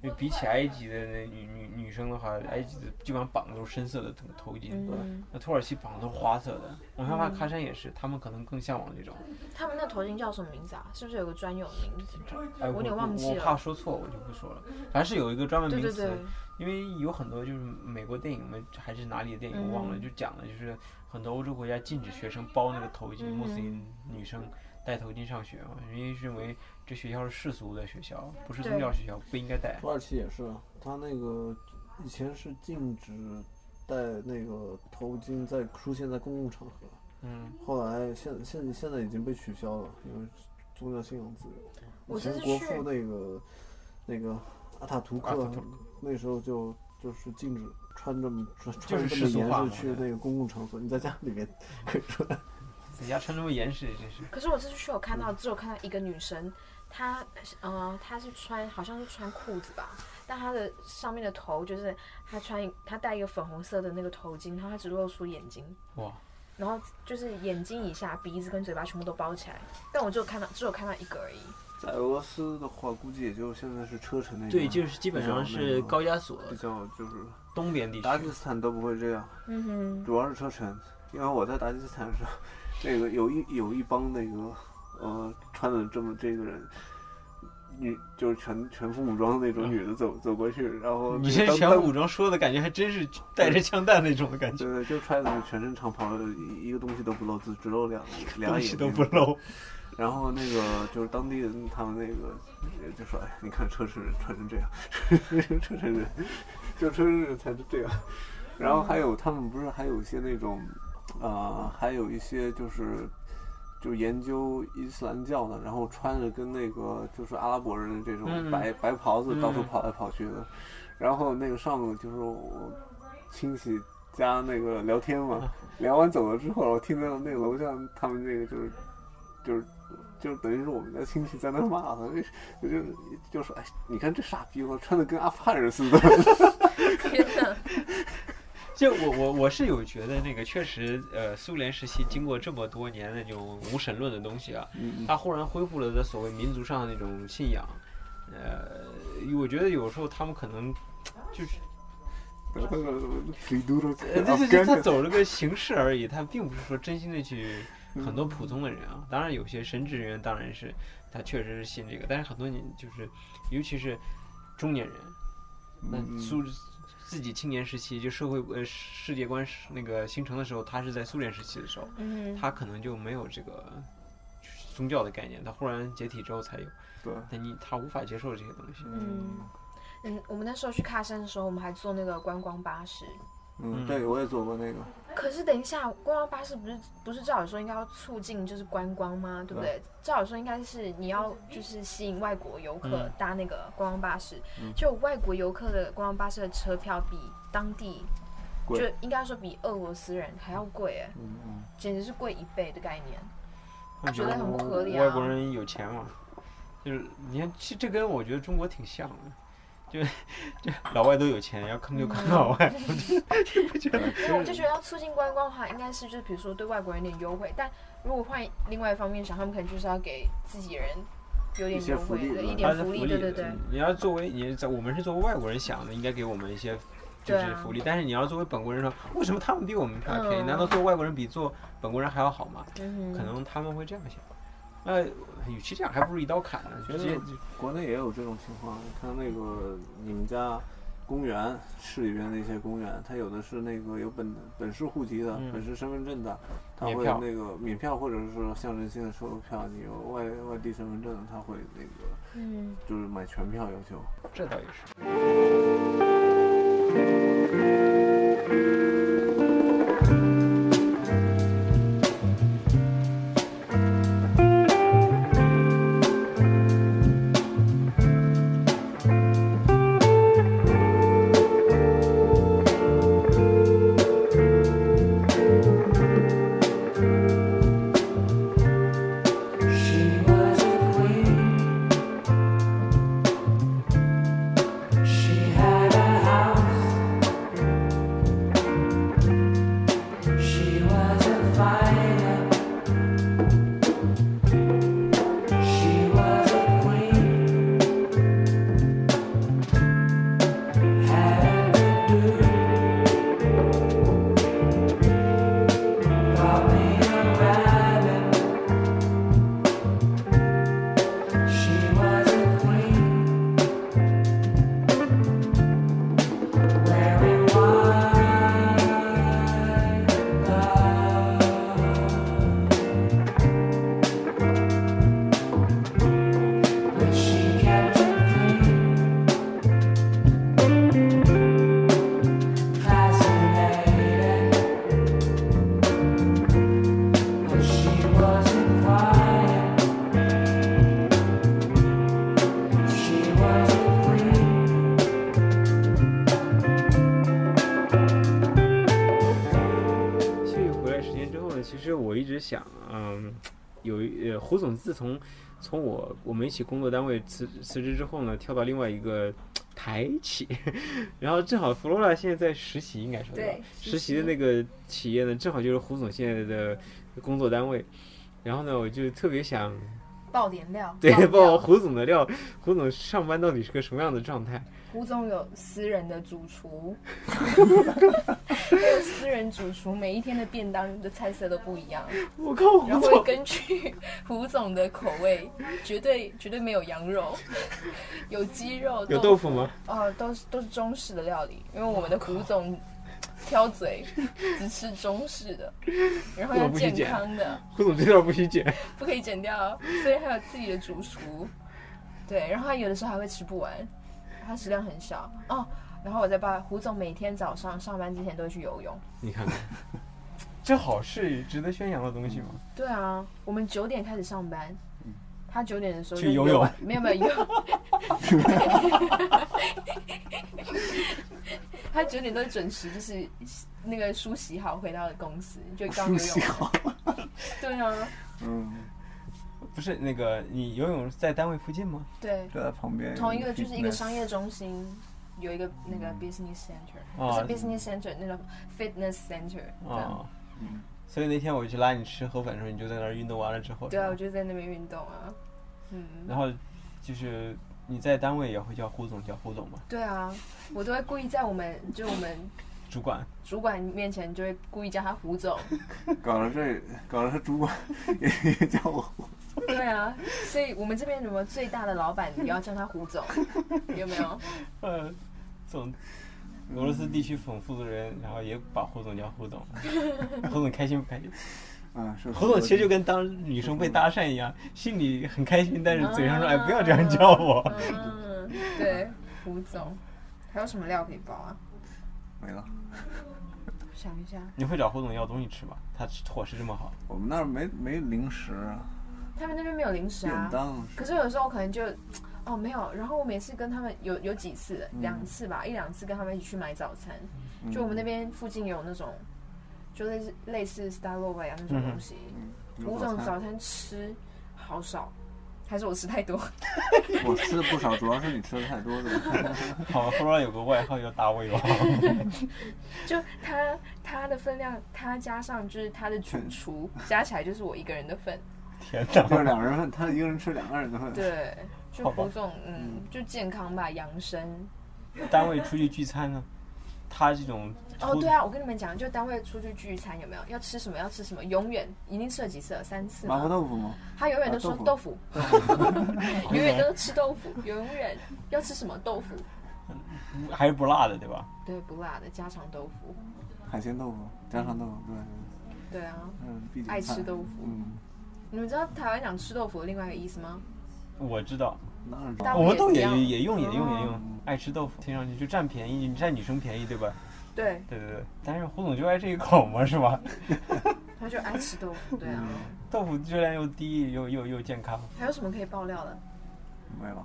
A: 就比起埃及的那女女女生的话，埃及的基本上绑的都是深色的头头巾，
C: 嗯，
A: 那土耳其绑的都是花色的。我害怕喀山也是，他们可能更向往这种。
C: 他们那头巾叫什么名字啊？是不是有个专有名字？
A: 哎，
C: 我有点忘记
A: 我
C: 了
A: 怕说错，我就不说了。反正是有一个专门
C: 对
A: 名
C: 对
A: 词，
C: 对，
A: 因为有很多就是美国电影嘛，还是哪里的电影我忘了，
C: 嗯
A: 就讲的就是很多欧洲国家禁止学生包那个头巾，穆斯林
C: 嗯
A: 女生戴头巾上学嘛，因为认为这学校是世俗的学校，不是宗
C: 对
A: 教学校，不应该戴。
B: 土耳其也是，啊，他那个以前是禁止戴那个头巾在出现在公共场合，
A: 嗯，
B: 后来现现现在已经被取消了，因为宗教信仰自由。
C: 我
B: 以前
C: 这次
B: 国
C: 去
B: 父那个那个阿塔图
A: 阿
B: 克
A: 塔图克
B: 那时候就就是禁止穿这么穿
A: 就是
B: 穿这
A: 世
B: 么
A: 俗化
B: 严
A: 嘛
B: 实去那个公共场所，你在家里面可以穿。
A: 在家穿这么严实，真是。
C: 可是我这次去有看到，只有看到一个女生，她呃，她是穿好像是穿裤子吧，但她的上面的头就是她穿一她戴一个粉红色的那个头巾，然后她只露出眼睛，
A: 哇，
C: 然后就是眼睛以下、鼻子跟嘴巴全部都包起来，但我只有看到只有看到一个而已。
B: 在俄罗斯的话，估计也就现在是车臣那
A: 对，就是基本上是高加索
B: 较就是
A: 东边地
B: 达
A: 区
B: 吉，斯坦都不会这样，
C: 嗯哼，
B: 主要是车臣，因为我在达吉斯坦的时候，那个有一有一帮那个呃穿的这么这个人，女就是全全副武装的那种女的走、走过去，然后
A: 你
B: 那
A: 这
B: 个当
A: 全
B: 当
A: 武装说的感觉还真是带着枪弹那种的感觉，
B: 对对，就穿的全身长袍，一一个东西都不露，只只露两两
A: 东
B: 眼
A: 西都
B: 睛
A: 不露。
B: 然后那个就是当地人，他们那个呃就说：“哎，你看车迟人穿成这样， 车迟人，就车迟人才是这样。”然后还有他们不是还有一些那种，呃，还有一些就是就研究伊斯兰教的，然后穿着跟那个就是阿拉伯人的这
A: 嗯
B: 种白、白袍子
A: 嗯
B: 到处跑来跑去的。然后那个上午就是我亲戚家那个聊天
A: 嗯
B: 嘛，聊完走了之后，我听到那个楼下他们那个就是就是。就是等于是我们家亲戚在那骂他，为就就就说哎，你看这傻逼，我穿的跟阿富汗人似的。
C: 天哪！
A: 就我我我是有觉得那个确实，呃，苏联时期经过这么多年那种无神论的东西啊，
B: 嗯
A: 它忽然恢复了的所谓民族上的那种信仰，呃，我觉得有时候他们可能就是，
B: 然后谁嘟噜？
A: 呃，这这这这走这个形式而已，他并不是说真心的去。很多普通的人啊，当然有些神职人员当然是他确实是信这个，但是很多年就是，尤其是中年人，那
B: 嗯
A: 苏自己青年时期就社会呃世界观是那个形成的时候，他是在苏联时期的时候，
C: 嗯哼，
A: 他可能就没有这个宗教的概念，他忽然解体之后才有，
B: 对，
A: 但你他无法接受这些东西。
C: 嗯嗯，我们那时候去喀山的时候，我们还坐那个观光巴士。
B: 嗯，对我也做过那个，
C: 可是等一下，观光巴士不是不是照理说应该要促进就是观光吗？对不对？照理说应该是你要就是吸引外国游客
A: 嗯
C: 搭那个观光巴士，
B: 嗯
C: 就外国游客的观光巴士的车票比当地
B: 贵
C: 就应该说比俄罗斯人还要贵，哎，
B: 嗯嗯，
C: 简直是贵一倍的概念。
A: 我
C: 觉得很不合理啊
A: 嗯外国人有钱嘛，就是你看，其实这跟我觉得中国挺像的，就就老外都有钱，要坑就
C: 嗯
A: 坑老外，你不觉得？
C: 所以我就觉得要促进观光的话，应该是就是比如说对外国人有点优惠，但如果换另外一方面想，他们可能就是要给自己人有
B: 一
C: 点
B: 些
C: 优
B: 福
C: 惠
B: 利
C: 的
B: 对
C: 一
B: 吧
C: 点
A: 它是
C: 福利，对对对
A: 的。嗯你要作为你在我们是作为外国人想的，应该给我们一些就
C: 对
A: 是
C: 啊
A: 福利，但是你要作为本国人说，为什么他们比我们票便宜？
C: 嗯
A: 难道做外国人比做本国人还要好吗？
C: 嗯哼，
A: 可能他们会这样想。那与其这样，还不如一刀砍呢，
B: 觉
A: 直
B: 得
A: 接
B: 国内也有这种情况。你看那个你们家公园，市里边的一些公园，它有的是那个有本本市户籍的，
A: 嗯
B: 本市身份证的，它
A: 免
B: 会
A: 票
B: 那个免票，或者是说象征性的售票，你有外外地身份证，它会那个
C: 嗯，
B: 就是买全票要求。
A: 这倒也是。
D: She was a queen. She had a house. She was a fire. She was a queen. Had a do. Bought me a rabbit. She was a queen, wearing white gloves, but she kept it clean, fascinated, but she wasn't quiet. She was a queen.
A: 其实回来十年之后呢，其实我一直想，嗯，有一呃，胡总自从从我我们一起工作单位辞辞职之后呢，跳到另外一个台企， 然后正好弗罗拉现在在实习，应该说吧
C: 对，
A: 实习的那个企业呢，正好就是胡总现在的工作单位。然后呢，我就特别想
C: 爆点料，
A: 对 爆
C: 料
A: 胡总的料，胡总上班到底是个什么样的状态？
C: 胡总有私人的主厨，他有私人主厨，每一天的便当的菜色都不一样，
A: 我靠，
C: 然
A: 胡
C: 后会
A: 总，
C: 根据胡总的口味，绝对绝对没有羊肉，有鸡肉，
A: 有豆腐吗？
C: 哦，都是都是中式的料理，因为我们的胡总挑嘴，只吃中式的，然后
A: 我
C: 要
A: 不去
C: 健
A: 剪
C: 康的，
A: 胡总这段不许剪。
C: 不可以剪掉，所以还有自己的主厨。对，然后他有的时候还会吃不完，他食量很小哦。然后我在爸胡总每天早上上班之前都会去游泳。
A: 你看看， 这好是值得宣扬的东西吗？
C: 对啊，我们九点开始上班，他九点的时候
A: 去
C: 就
A: 游
C: 游
A: 泳
C: 完，没有没有游， 他九点都准时，就是那个梳洗好回到公司就刚游泳。
B: 好，
C: 对啊，
B: 嗯，
A: 不是那个，你游泳是在单位附近吗？
C: 对，
B: 就在旁边。
C: 同一个就是一个商业中心，有一个那
B: 嗯
C: 个 business center，、
A: 啊
C: 不是 business center 那种 fitness center 这样、
A: 啊、
C: 嗯
A: 所以那天我去拉你吃河粉的时候，你就在那儿运动完了之后，
C: 对啊，
A: 是
C: 我
A: 吧
C: 就在那边运动啊，嗯，
A: 然后就是你在单位也会叫胡总，叫胡总嘛，
C: 对啊，我都会故意在我们就我们
A: 主管。
C: 主管面前就会故意叫他 胡总，
B: 搞了这，搞了主管也也叫我，
C: 对啊，所以我们这边什么最大的老板也要叫他胡总，有没有？
A: 呃，总，俄罗斯地区总负责人，然后也把胡总叫胡 总，胡总开心不开 心？
B: 嗯，是
A: 胡总其实就跟当女生被搭讪一样，心里很开心，但是嘴上说哎不要这样叫我。
C: 啊嗯，对，胡总，还有什么料可以包啊？
B: 没了。
C: 想一下，
A: 你会找胡总要东西吃吗？他吃伙食这么好，
B: 我们那儿没没零食啊，
C: 他们那边没有零食
B: 便
C: 啊。
B: 当
C: 可是有时候我可能就，哦没有，然后我每次跟他们有有几次，
B: 嗯
C: 两次吧，一两次跟他们一起去买早餐，
B: 嗯
C: 就我们那边附近有那种，就类似类似 Star l o v 啊那种东西，
B: 嗯有
C: 我总
B: 餐
C: 早餐吃好少，还是我吃太多？
B: 我吃的不少，主要是你吃的太多了。
A: 好，后来有个外号叫大胃王。
C: 就他他的分量，他加上就是他的主厨，加起来就是我一个人的份，
A: 天
B: 就是
A: 哪！
B: 两人份，他一个人吃两个人的份。
C: 对，就
A: 好吧
C: 胡总，嗯，就健康吧，养生。
A: 单位出去聚餐呢，他这种
C: 哦，对，啊，我跟你们讲，就单位出去聚餐有没有要吃什么要吃什么，永远一定吃了几次了，三次
B: 麻婆
C: 吗？
B: 豆腐吗？
C: 他永远都说
B: 啊
C: 豆
B: 豆
C: 腐，永远都是吃豆腐，永远要吃什么豆腐，
E: 不还是不辣的，对吧？
C: 对，不辣的家常豆腐。
B: 海鲜豆腐、家常豆腐，对，
C: 对啊，
B: 嗯，必
C: 爱
B: 点菜
C: 吃。豆腐。
B: 嗯，
C: 你们知道台湾讲吃豆腐的另外一个意思吗？
E: 我知道，
B: 那是
C: 大
E: 我们都也
C: 也一样
E: 也用也用也用
B: 嗯，
E: 爱吃豆腐，听上去就占便宜，你占女生便宜，对吧？
C: 对，
E: 对对对，但是胡总就爱这一口嘛，是吧？
C: 他就爱吃豆腐。对啊，
E: 豆腐质量又低又又又健康，
C: 还有什么可以爆料的？
B: 没了。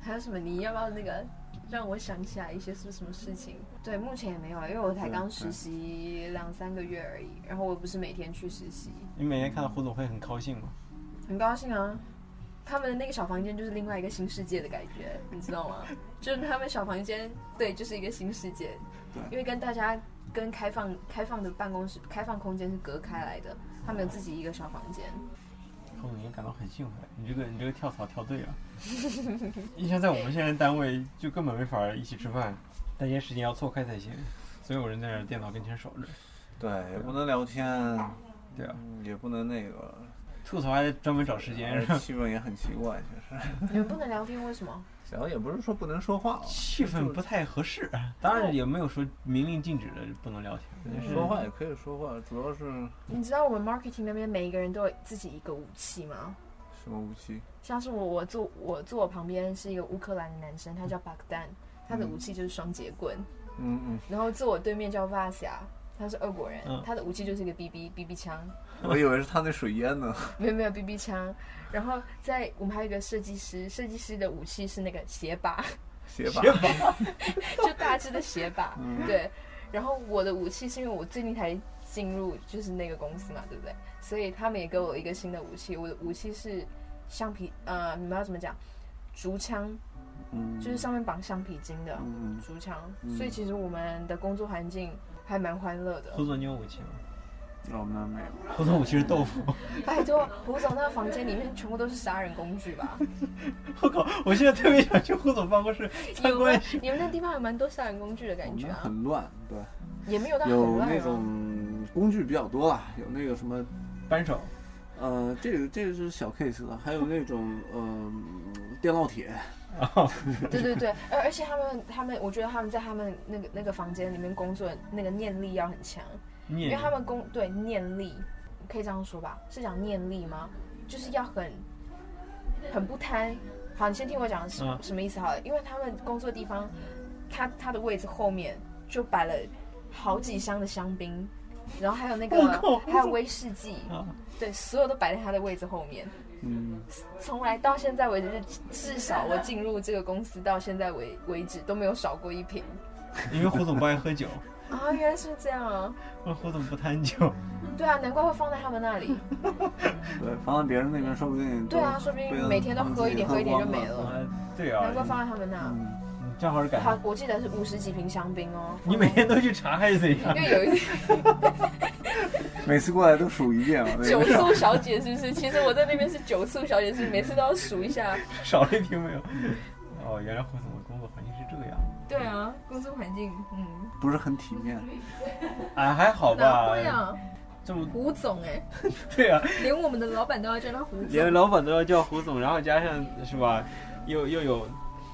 C: 还有什么？你要不要那个让我想起来一些是什么事情？对，目前也没有，啊因为我才刚实习两三个月而已，然后我不是每天去实习，
E: 你每天看到胡总会很高兴吗？
C: 很高兴啊。他们的那个小房间就是另外一个新世界的感觉，你知道吗？就是他们小房间，对，就是一个新世界
B: 对，
C: 因为跟大家跟开放开放的办公室、开放空间是隔开来的，他们有自己一个小房间。
E: 胡总也感到很兴奋，你这个你这个跳槽跳 对了。你像在我们现在单位就根本没法一起吃饭，大家时间要错开才行，所有人在那儿电脑跟前守着。
B: 对，也不能聊天，
E: 对啊，
B: 嗯也不能那个，
E: 吐槽还得专门找时
C: 哎
E: 间，是吧？
B: 气氛也很奇怪，其实。
C: 你们不能聊天，为什么？
B: 然后也不是说不能说话啊吧，
E: 气氛不太合适。当然也没有说明令禁止的不能聊天，但是
B: 说话也可以说话，主要是
C: 你知道我们 marketing 那边每一个人都有自己一个武器吗？
B: 什么武器？
C: 像是我，我坐我坐我旁边是一个乌克兰的男生，他叫巴克丹，他的武器就是双节棍。
B: 嗯嗯。
C: 然后坐我对面叫 Vasya，他是俄国人，
E: 嗯
C: 他的武器就是一个 BB BB 枪，
B: 我以为是他那水淹呢。
C: 没有没有 BB 枪。然后在我们还有一个设计师，设计师的武器是那个鞋 拔，
B: 鞋拔，
C: 就大致的鞋拔，
B: 嗯
C: 对。然后我的武器是因为我最近才进入就是那个公司嘛，对不对？所以他们也给我一个新的武器，我的武器是橡皮，呃，你们要怎么讲？竹枪，
B: 嗯
C: 就是上面绑橡皮筋的
B: 嗯
C: 竹枪，所以其实我们的工作环境还蛮欢乐的。
E: 胡总你有武器吗？
B: 我们那没有。
E: 胡总武器是豆腐。
C: 拜托，胡总那个房间里面全部都是杀人工具 吧？
E: 我靠！我现在特别想去胡总办公室参
C: 有吗
E: 观。？
C: 你们那地方有蛮多杀人工具的
B: 我
C: 感
B: 们
C: 觉
B: 那
C: 啊，
B: 很乱，对，
C: 也没有到很
B: 有
C: 乱
B: 那
C: 啊。
B: 种工具比较多啦，有那个什么，
E: 扳手，
B: 呃，这个这个是小 case 了，还有那种呃电烙铁，
E: 啊
C: 对对对，而而且他们他们，我觉得他们在他们那个那个房间里面工作，那个念力要很强，因
E: 因
C: 为他们工对念力，可以这样说吧？是讲念力吗？就是要很很不贪。好，你先听我讲什
E: 嗯
C: 什么意思好了，因为他们工作地方，他他的位置后面就摆了好几箱的香槟，然后还有那个
E: 我靠
C: 还有威士忌，
E: 啊，
C: 对，所有都摆在他的位置后面。
B: 嗯，
C: 从来到现在为止，至少我进入这个公司到现在为为止都没有少过一瓶。
E: 因为胡总不爱喝酒，
C: 啊，原来是这样啊！
E: 因为胡总不贪 酒。
C: 对啊，难怪会放在他们那里。
B: 对，放在别人那边说不定都
C: 对啊，说不
B: 被
C: 定
B: 人
C: 每天都
B: 他们
C: 喝
B: 自
C: 一
B: 己
C: 点，喝一点就
B: 光
C: 没
B: 了。
C: 了。
E: 啊，对
C: 难怪
E: 啊，
C: 放在他们那。
B: 嗯，
E: 你正好是赶
C: 好
E: 上，，
C: 我记得是五十几瓶香槟哦。
E: 你每天都去查还是怎
C: 因
E: 样？
C: 为有一个
B: 每次过来都数一遍啊 嘛，那
C: 酒
B: 个
C: 醋小姐，是不是？其实我在那边是酒醋小姐，是不是每次都要数一下。
E: 少了一瓶没有？ 哦，原来胡总的工作环境是这样。
C: 对啊，工作环境，嗯，
B: 不是很体面。
E: 哎，还好
C: 哪
E: 吧
C: 会，啊？
E: 这么
C: 胡总哎、
E: 对啊，
C: 连我们的老板都要叫他胡总。
E: 连老板都要叫胡总，然后加上是吧，又又有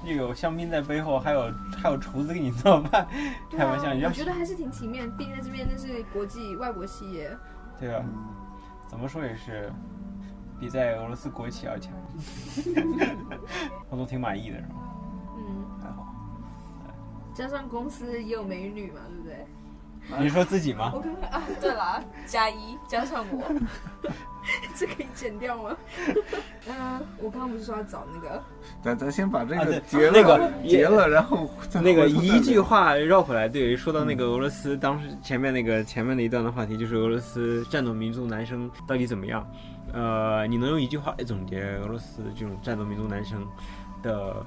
E: 又有香槟在背后，还有还有厨子给你做饭，
F: 对
E: 开玩笑，
F: 啊
E: 你，
F: 我
E: 要
F: 觉得还是挺体面，毕竟在这边那是国际外国企业。
E: 对啊，
B: 嗯，
E: 怎么说也是比在俄罗斯国企要强。 我都挺满意的，是吧？
F: 嗯，
B: 还好。
F: 加上公司也有美女嘛，对不对？
E: 你说自己吗
F: 我？看看啊，
C: 哦 对啦，加一加上我。
F: 这可以剪掉吗？嗯，我刚刚不是说要找那个，
B: 咱咱先把这
E: 啊
B: 个
E: 对
B: 结了，
A: 那个
B: 结了，然后再
A: 那个
B: 回头再
A: 一句
B: 聊
A: 话绕回来，对，说到那个俄罗斯，当时前面那个前面的一段的话题就是俄罗斯战斗民族男生到底怎么样？呃，你能用一句话来总结俄罗斯这种战斗民族男生的，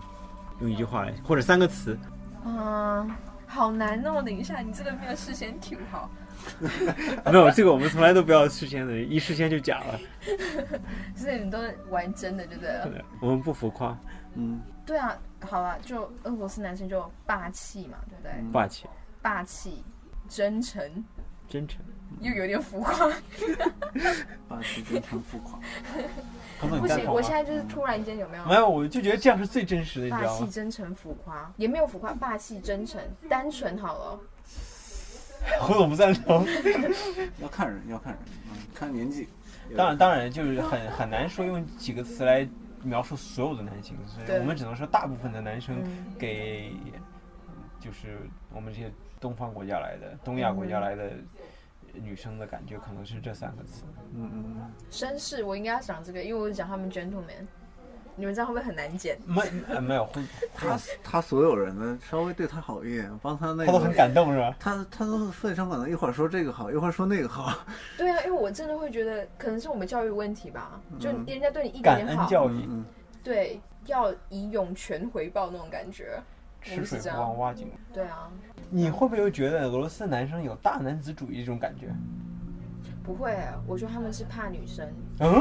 A: 用一句话来或者三个词，
C: 嗯，好难哦！等一下，你这个没有事先 Q 好。
A: 没有这个我们从来都不要事先的，一事先就假了，
C: 所以你都玩真的，对不对？
A: 对我们不浮夸，
B: 嗯，
C: 对啊，好了，就俄罗斯男生就霸气嘛，对不对？
B: 嗯
A: 霸气、
C: 霸气、真诚，
A: 真诚。
C: 又有点浮夸。
B: 把时间成付款。
A: 彭总
C: 不
A: 你赞
C: 行，
A: 同
C: 我
A: 吗
C: 现？在就是突然间有没有
A: 没？有，我就觉得这样是最真实的，你知
C: 霸
A: 道
C: 气、
A: 吗？
C: 真诚、浮夸，也没有浮夸，霸气、真诚、单纯好了。
A: 胡总不赞同。
B: 要看人，要看人，嗯，看年纪。
A: 当然，当然，就是很很难说用几个词来描述所有的男性，所以
C: 对
A: 我们只能说大部分的男生
C: 嗯，
A: 给，就是我们这些东方国家来的、东亚国
C: 嗯
A: 家来的女生的感觉，可能是这三个 词。
B: 嗯嗯，
C: 绅士，我应该要讲这个，因为我讲他们 gentleman，你们这样会不会很难剪？
A: 没呃没有，会
B: 他他所有人呢，稍微对他好一点，帮他那
A: 他都很
B: 个，
A: 感动是吧？
B: 他他都非常感动，一会儿说这个好，一会儿说那个好。
C: 对啊，因为我真的会觉得，可能是我们教育问题吧，就
B: 嗯
C: 人家对你一
A: 感
C: 点点
A: 恩
C: 好，
A: 教育，
B: 嗯
C: 对，要以涌泉回报那种感觉。我
A: 吃
C: 们是
A: 水
C: 这
A: 不
C: 样
A: 忘挖井。
C: 对啊，
A: 你会不会觉得俄罗斯男生有大男子主义这种感觉？
C: 不会啊，我觉得他们是怕女生，
A: 嗯，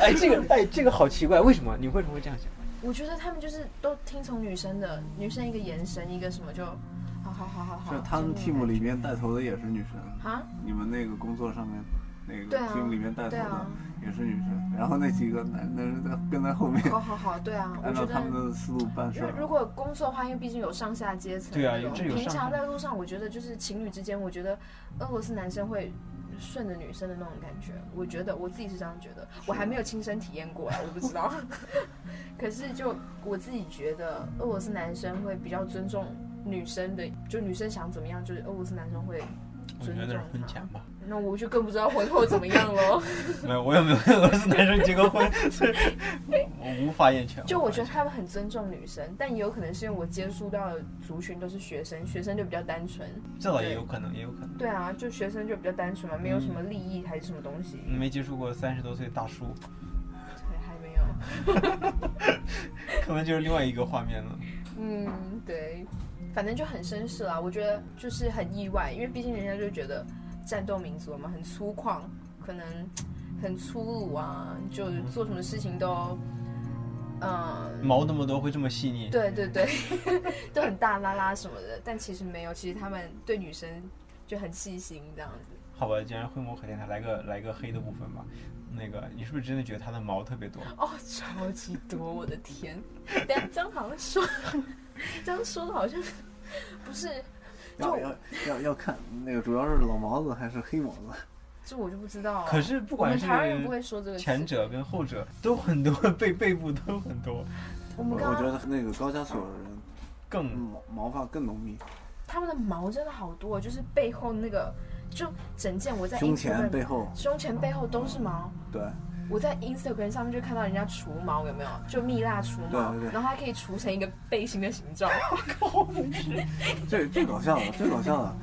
A: 哎，这个哎，这个好奇怪，为什么？你为什么会这样想？
C: 我觉得他们就是都听从女生的，女生一个眼神，一个什么就，好好好好
B: 嗯，
C: 好。
B: 就他们
C: 就
B: team 里面带头的也是女生，
C: 啊，
B: 你们那个工作上面那个
C: 对啊
B: team 里面带头
C: 对
B: 的
C: 啊，
B: 也是女生，然后那几个男男人在跟在后面，
C: 好好好，对啊， 我
B: 按
C: 觉
B: 照
C: 得
B: 他。们的思路办事
C: 如
B: 儿。
C: 如果工作的话，因为毕竟有上下阶层
A: 对啊
C: 那种，
A: 这有
C: 平
A: 上下
C: 常在路上，我觉得就是情侣之间，我觉得俄罗斯男生会顺着女生的那种感觉，我觉得我自己是这样觉得，我还没有亲身体验过啊，我不知道。 可是就我自己觉得，俄罗斯男生会比较尊重女生的，就女生想怎么样，就是俄罗斯男生会
A: 我觉
C: 尊
A: 得那
C: 重
A: 是婚
C: 她
A: 前。吧，
C: 那我就更不知道婚后怎么样喽。
A: 没有，我也没有跟俄罗斯男生结过婚， 所以我无法眼全。
C: 就
A: 无
C: 我
A: 法
C: 觉得
A: 言
C: 他们很尊重女生，但也有可能是因为我接触到的族群都是学生，学生就比较单纯。
A: 传这倒也有可能，也有可能。
C: 对啊，就学生就比较单纯嘛，没有什么利益还是什么东西，
A: 你没接触过三十多岁大叔，
C: 对，还没有。
A: 可能就是另外一个画面了。
C: 嗯，对，反正就很绅士啦。我觉得就是很意外，因为毕竟人家就觉得战斗民族嘛，很粗犷，可能很粗鲁啊，就做什么事情都，嗯。
A: 毛那么多会这么细腻，
C: 对对对， 都很大拉拉什么的，但其实没有，其实他们对女生就很细心这样子。
A: 好吧，既然会摸黑电台，来个来个黑的部分吧。那个，你是不是真的觉得它的毛特别多？
C: 哦，超级多，我的天！等下这样好像说， 这样说的好像不是，
B: 要要要要看那个，主要是老毛子还是黑毛子。
C: 这我就不知道啊。
A: 可是不
C: 我
A: 管
C: 们
A: 是
C: 台湾人不会说这个词
A: 前，者跟后者都很多，背背部都很多，
C: 我
B: 我
C: 们刚嗯
B: 我觉
C: 刚
B: 得那个高加索的人
A: 更
B: 毛毛发更浓密，
C: 他们的毛真的好多，就是背后那个，就整件我在
B: 胸前
C: Instagram
B: 背后，
C: 胸前背后都是毛。
B: 对，
C: 我在 Instagram 上面就看到人家除毛，有没有？就蜜蜡除毛，
B: 对对对
C: 然后它可以除成一个背心的形状。
B: 最最搞笑的，最搞笑的，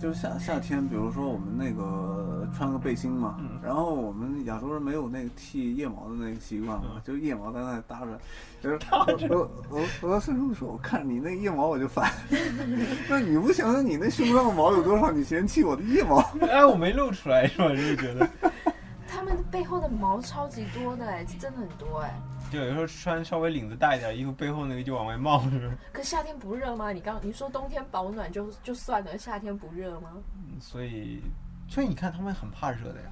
B: 就是夏夏天，比如说我们那个穿个背心嘛，然后我们亚洲人没有那个剃腋毛的那个习惯嘛，就腋毛在那里搭 着，就是嗯搭着。我我我到深处说，我看你那腋毛我就烦， 那你不想想你那胸上的毛有多少？你嫌弃我的腋毛？
A: 哎，我没露出来是吧？就是觉得，
C: 他们背后的毛超级多的、哎，真的很多哎、
A: 就有时候穿稍微领子大一点衣服，背后那个就往外冒，是吧？
C: 可夏天不热吗？你刚你说冬天保暖就就算了，夏天不热吗？
A: 嗯所以，所以你看他们很怕热的呀。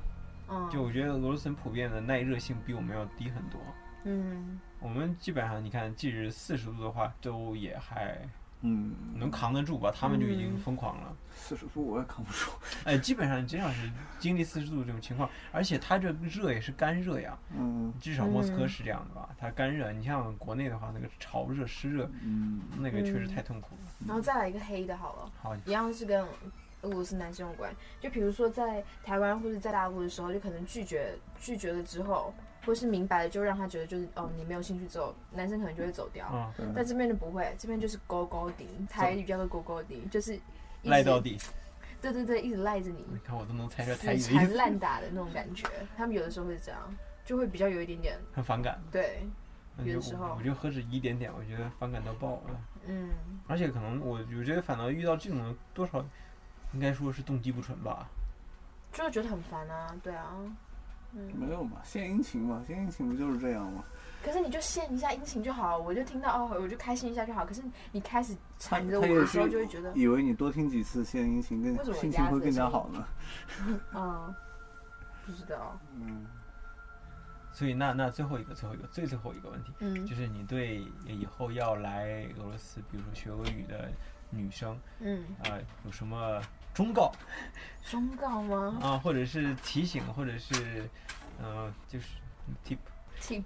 C: 嗯，
A: 就我觉得俄罗斯人普遍的耐热性比我们要低很多。
C: 嗯，
A: 我们基本上你看，即使四十度的话，都也还
B: 嗯，
A: 能扛得住吧？他们就已经
C: 嗯
A: 疯狂了。
B: 四十度我也扛不住。
A: 哎，基本上你真要是经历四十度这种情况，而且它这热也是干热呀，
B: 嗯
A: 至少莫斯科
C: 嗯
A: 是这样的吧？它干热，你像国内的话，那个潮热、湿热，
B: 嗯，
A: 那个确实
C: 嗯
A: 太痛苦了。
C: 然后再来一个黑的好了，
A: 好，
C: 一样是跟俄罗斯男生有关。就比如说在台湾或者在大陆的时候，就可能拒绝拒绝了之后，或是明白了，就让他觉得就是哦你没有兴趣之后，男生可能就会走掉。
A: 嗯，
C: 但这边就不会，这边就是勾勾顶，台语叫做勾勾顶，就是一直
A: 赖到底，
C: 对对对，一直赖着你。
A: 你看我都能猜出来台
C: 死
A: 语的意
C: 缠
A: 思，
C: 烂打的那种感觉，他们有的时候会这样，就会比较有一点点
A: 很反感。
C: 对，
A: 那
C: 有
A: 就
C: 的时候
A: 我就何止一点点，我觉得反感到爆了。
C: 嗯，
A: 而且可能我我觉得反倒遇到这种的多少，应该说是动机不纯吧。
C: 就会觉得很烦啊，对啊，嗯。
B: 没有嘛，献殷勤嘛，献殷勤不就是这样吗？
C: 可是你就献一下殷勤就好，我就听到哦，我就开心一下就好。可是你开始
B: 他
C: 缠着
B: 他
C: 我
B: 也
C: 的时
B: 是
C: 候，就会觉得，
B: 以为你多听几次献殷勤，
C: 为什
B: 更
C: 么我
B: 心情
C: 鸭
B: 会
C: 子
B: 更加
C: 是
B: 好呢。
C: 嗯，不知道，
B: 嗯，
E: 所以那那最后一个最后一个最最后一个问题，
C: 嗯
E: 就是你对以后要来俄罗斯，比如说学俄语的女生
C: 嗯，
E: 啊、呃有什么忠告
C: 忠告 吗
E: 啊，或者是提醒，或者是嗯、呃就是 tip
C: ？tip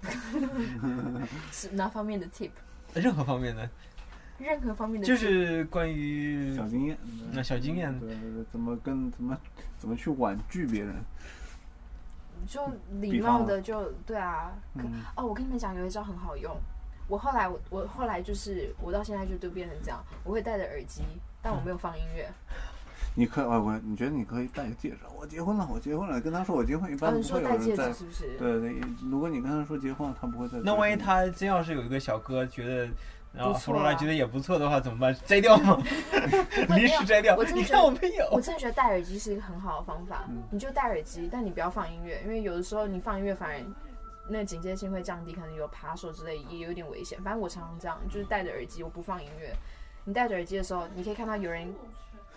C: 是哪方面的 tip？
E: 任何方面的，
C: 任何方面的
E: 就
C: tip，
E: 是关于
B: 小经验，
E: 嗯那小经验
B: 对对对，怎么跟怎么怎么去婉拒别人，
C: 就礼
B: 比方
C: 貌的就对啊。可
B: 嗯，
C: 哦，我跟你们讲，有一招很好用。我后来我我后来就是我到现在就都变成这样，我会戴着耳机，但我没有放音乐。
B: 你可以，哎，我你觉得你可以戴个戒指，我结婚了，我结婚了，跟他说我结婚，一
C: 哦，
B: 般
C: 你
B: 不
C: 说
B: 嗯会有
C: 戴戒
B: 人在
C: 指。是不是？
B: 对对，如果你跟他说结婚了，他不会再。
E: 那万一他真要是有一个小哥觉得，然后
C: 不
E: 弗
C: 错
E: 罗拉
C: 啊
E: 觉得也不错的话，怎么办？摘掉吗？
C: 没
E: 临
C: 有
E: 时摘掉
C: 我？真的
E: 你
C: 觉
E: 看
C: 得
E: 我没有
C: 我。真的觉得戴耳机是一个很好的方法，你就戴耳机，但你不要放音乐，因为有的时候你放音乐反而那警戒性会降低，可能有扒手之类也有点危险。反正我常常这样，就是戴着耳机，我不放音乐。你戴着耳机的时候，你可以看到有人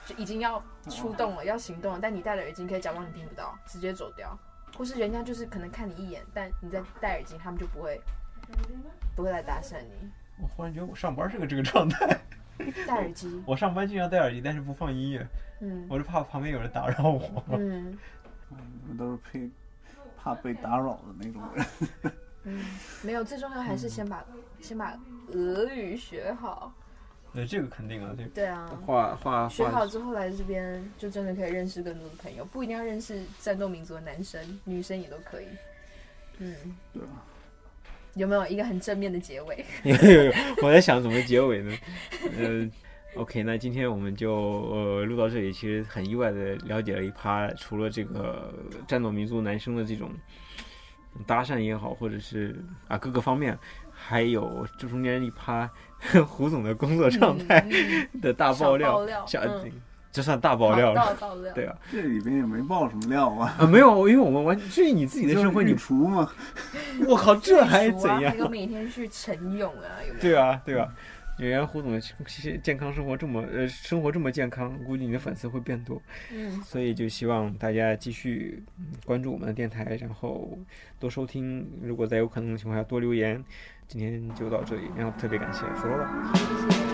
C: 就已经要出动了，要行动了，但你戴着耳机，你可以假装你听不到，直接走掉，或是人家就是可能看你一眼，但你在戴耳机，他们就不会不会来搭讪你。
E: 我忽然觉得我上班是个这个状态，
C: 戴耳机，
E: 我上班经常戴耳机，但是不放音乐，
C: 嗯
E: 我是怕旁边有人打扰我。
C: 嗯
B: 你们都是配怕被打扰的那种人。
C: 嗯，没有，最重要还
A: 嗯
C: 是先把、先把俄语学好。
E: 呃，这个肯定啊，对。
C: 对啊，
A: 画画
C: 学
A: 画
C: 好之后来这边就真的可以认识更多的朋友，不一定要认识战斗民族的男生，女生也都可以。嗯，
B: 对
A: 啊
B: 吧？
C: 有没有一个很正面的结尾？
A: 有有有， 我在想怎么结尾呢？ 呃，OK，那今天我们就呃录到这里，其实很意外的了解了一趴，除了这个战斗民族男生的这种搭讪也好，或者是啊各个方面，还有这中间一趴 胡总的工作状态
C: 嗯
A: 的大
C: 小
A: 爆料，
C: 爆料
A: 小
C: 嗯
A: 这算大爆料
C: 好
A: 了，
C: 爆爆料，
A: 对啊，
B: 这里边也没爆什么料啊，
A: 啊没有，因为我们完这是你自己的生活，你
B: 除嘛，
A: 我靠，这还
C: 去除
A: 怎
C: 啊
A: 样
C: 还？有每天去晨泳啊，有没 有？
A: 对啊，对啊，原来胡总的其实健康生活这么呃生活这么健康，估计你的粉丝会变多，
C: 嗯，
A: 所以就希望大家继续嗯关注我们的电台，然后多收听，如果在有可能的情况下多留言。今天就到这里，然后特别感谢胡老板。
C: 谢谢。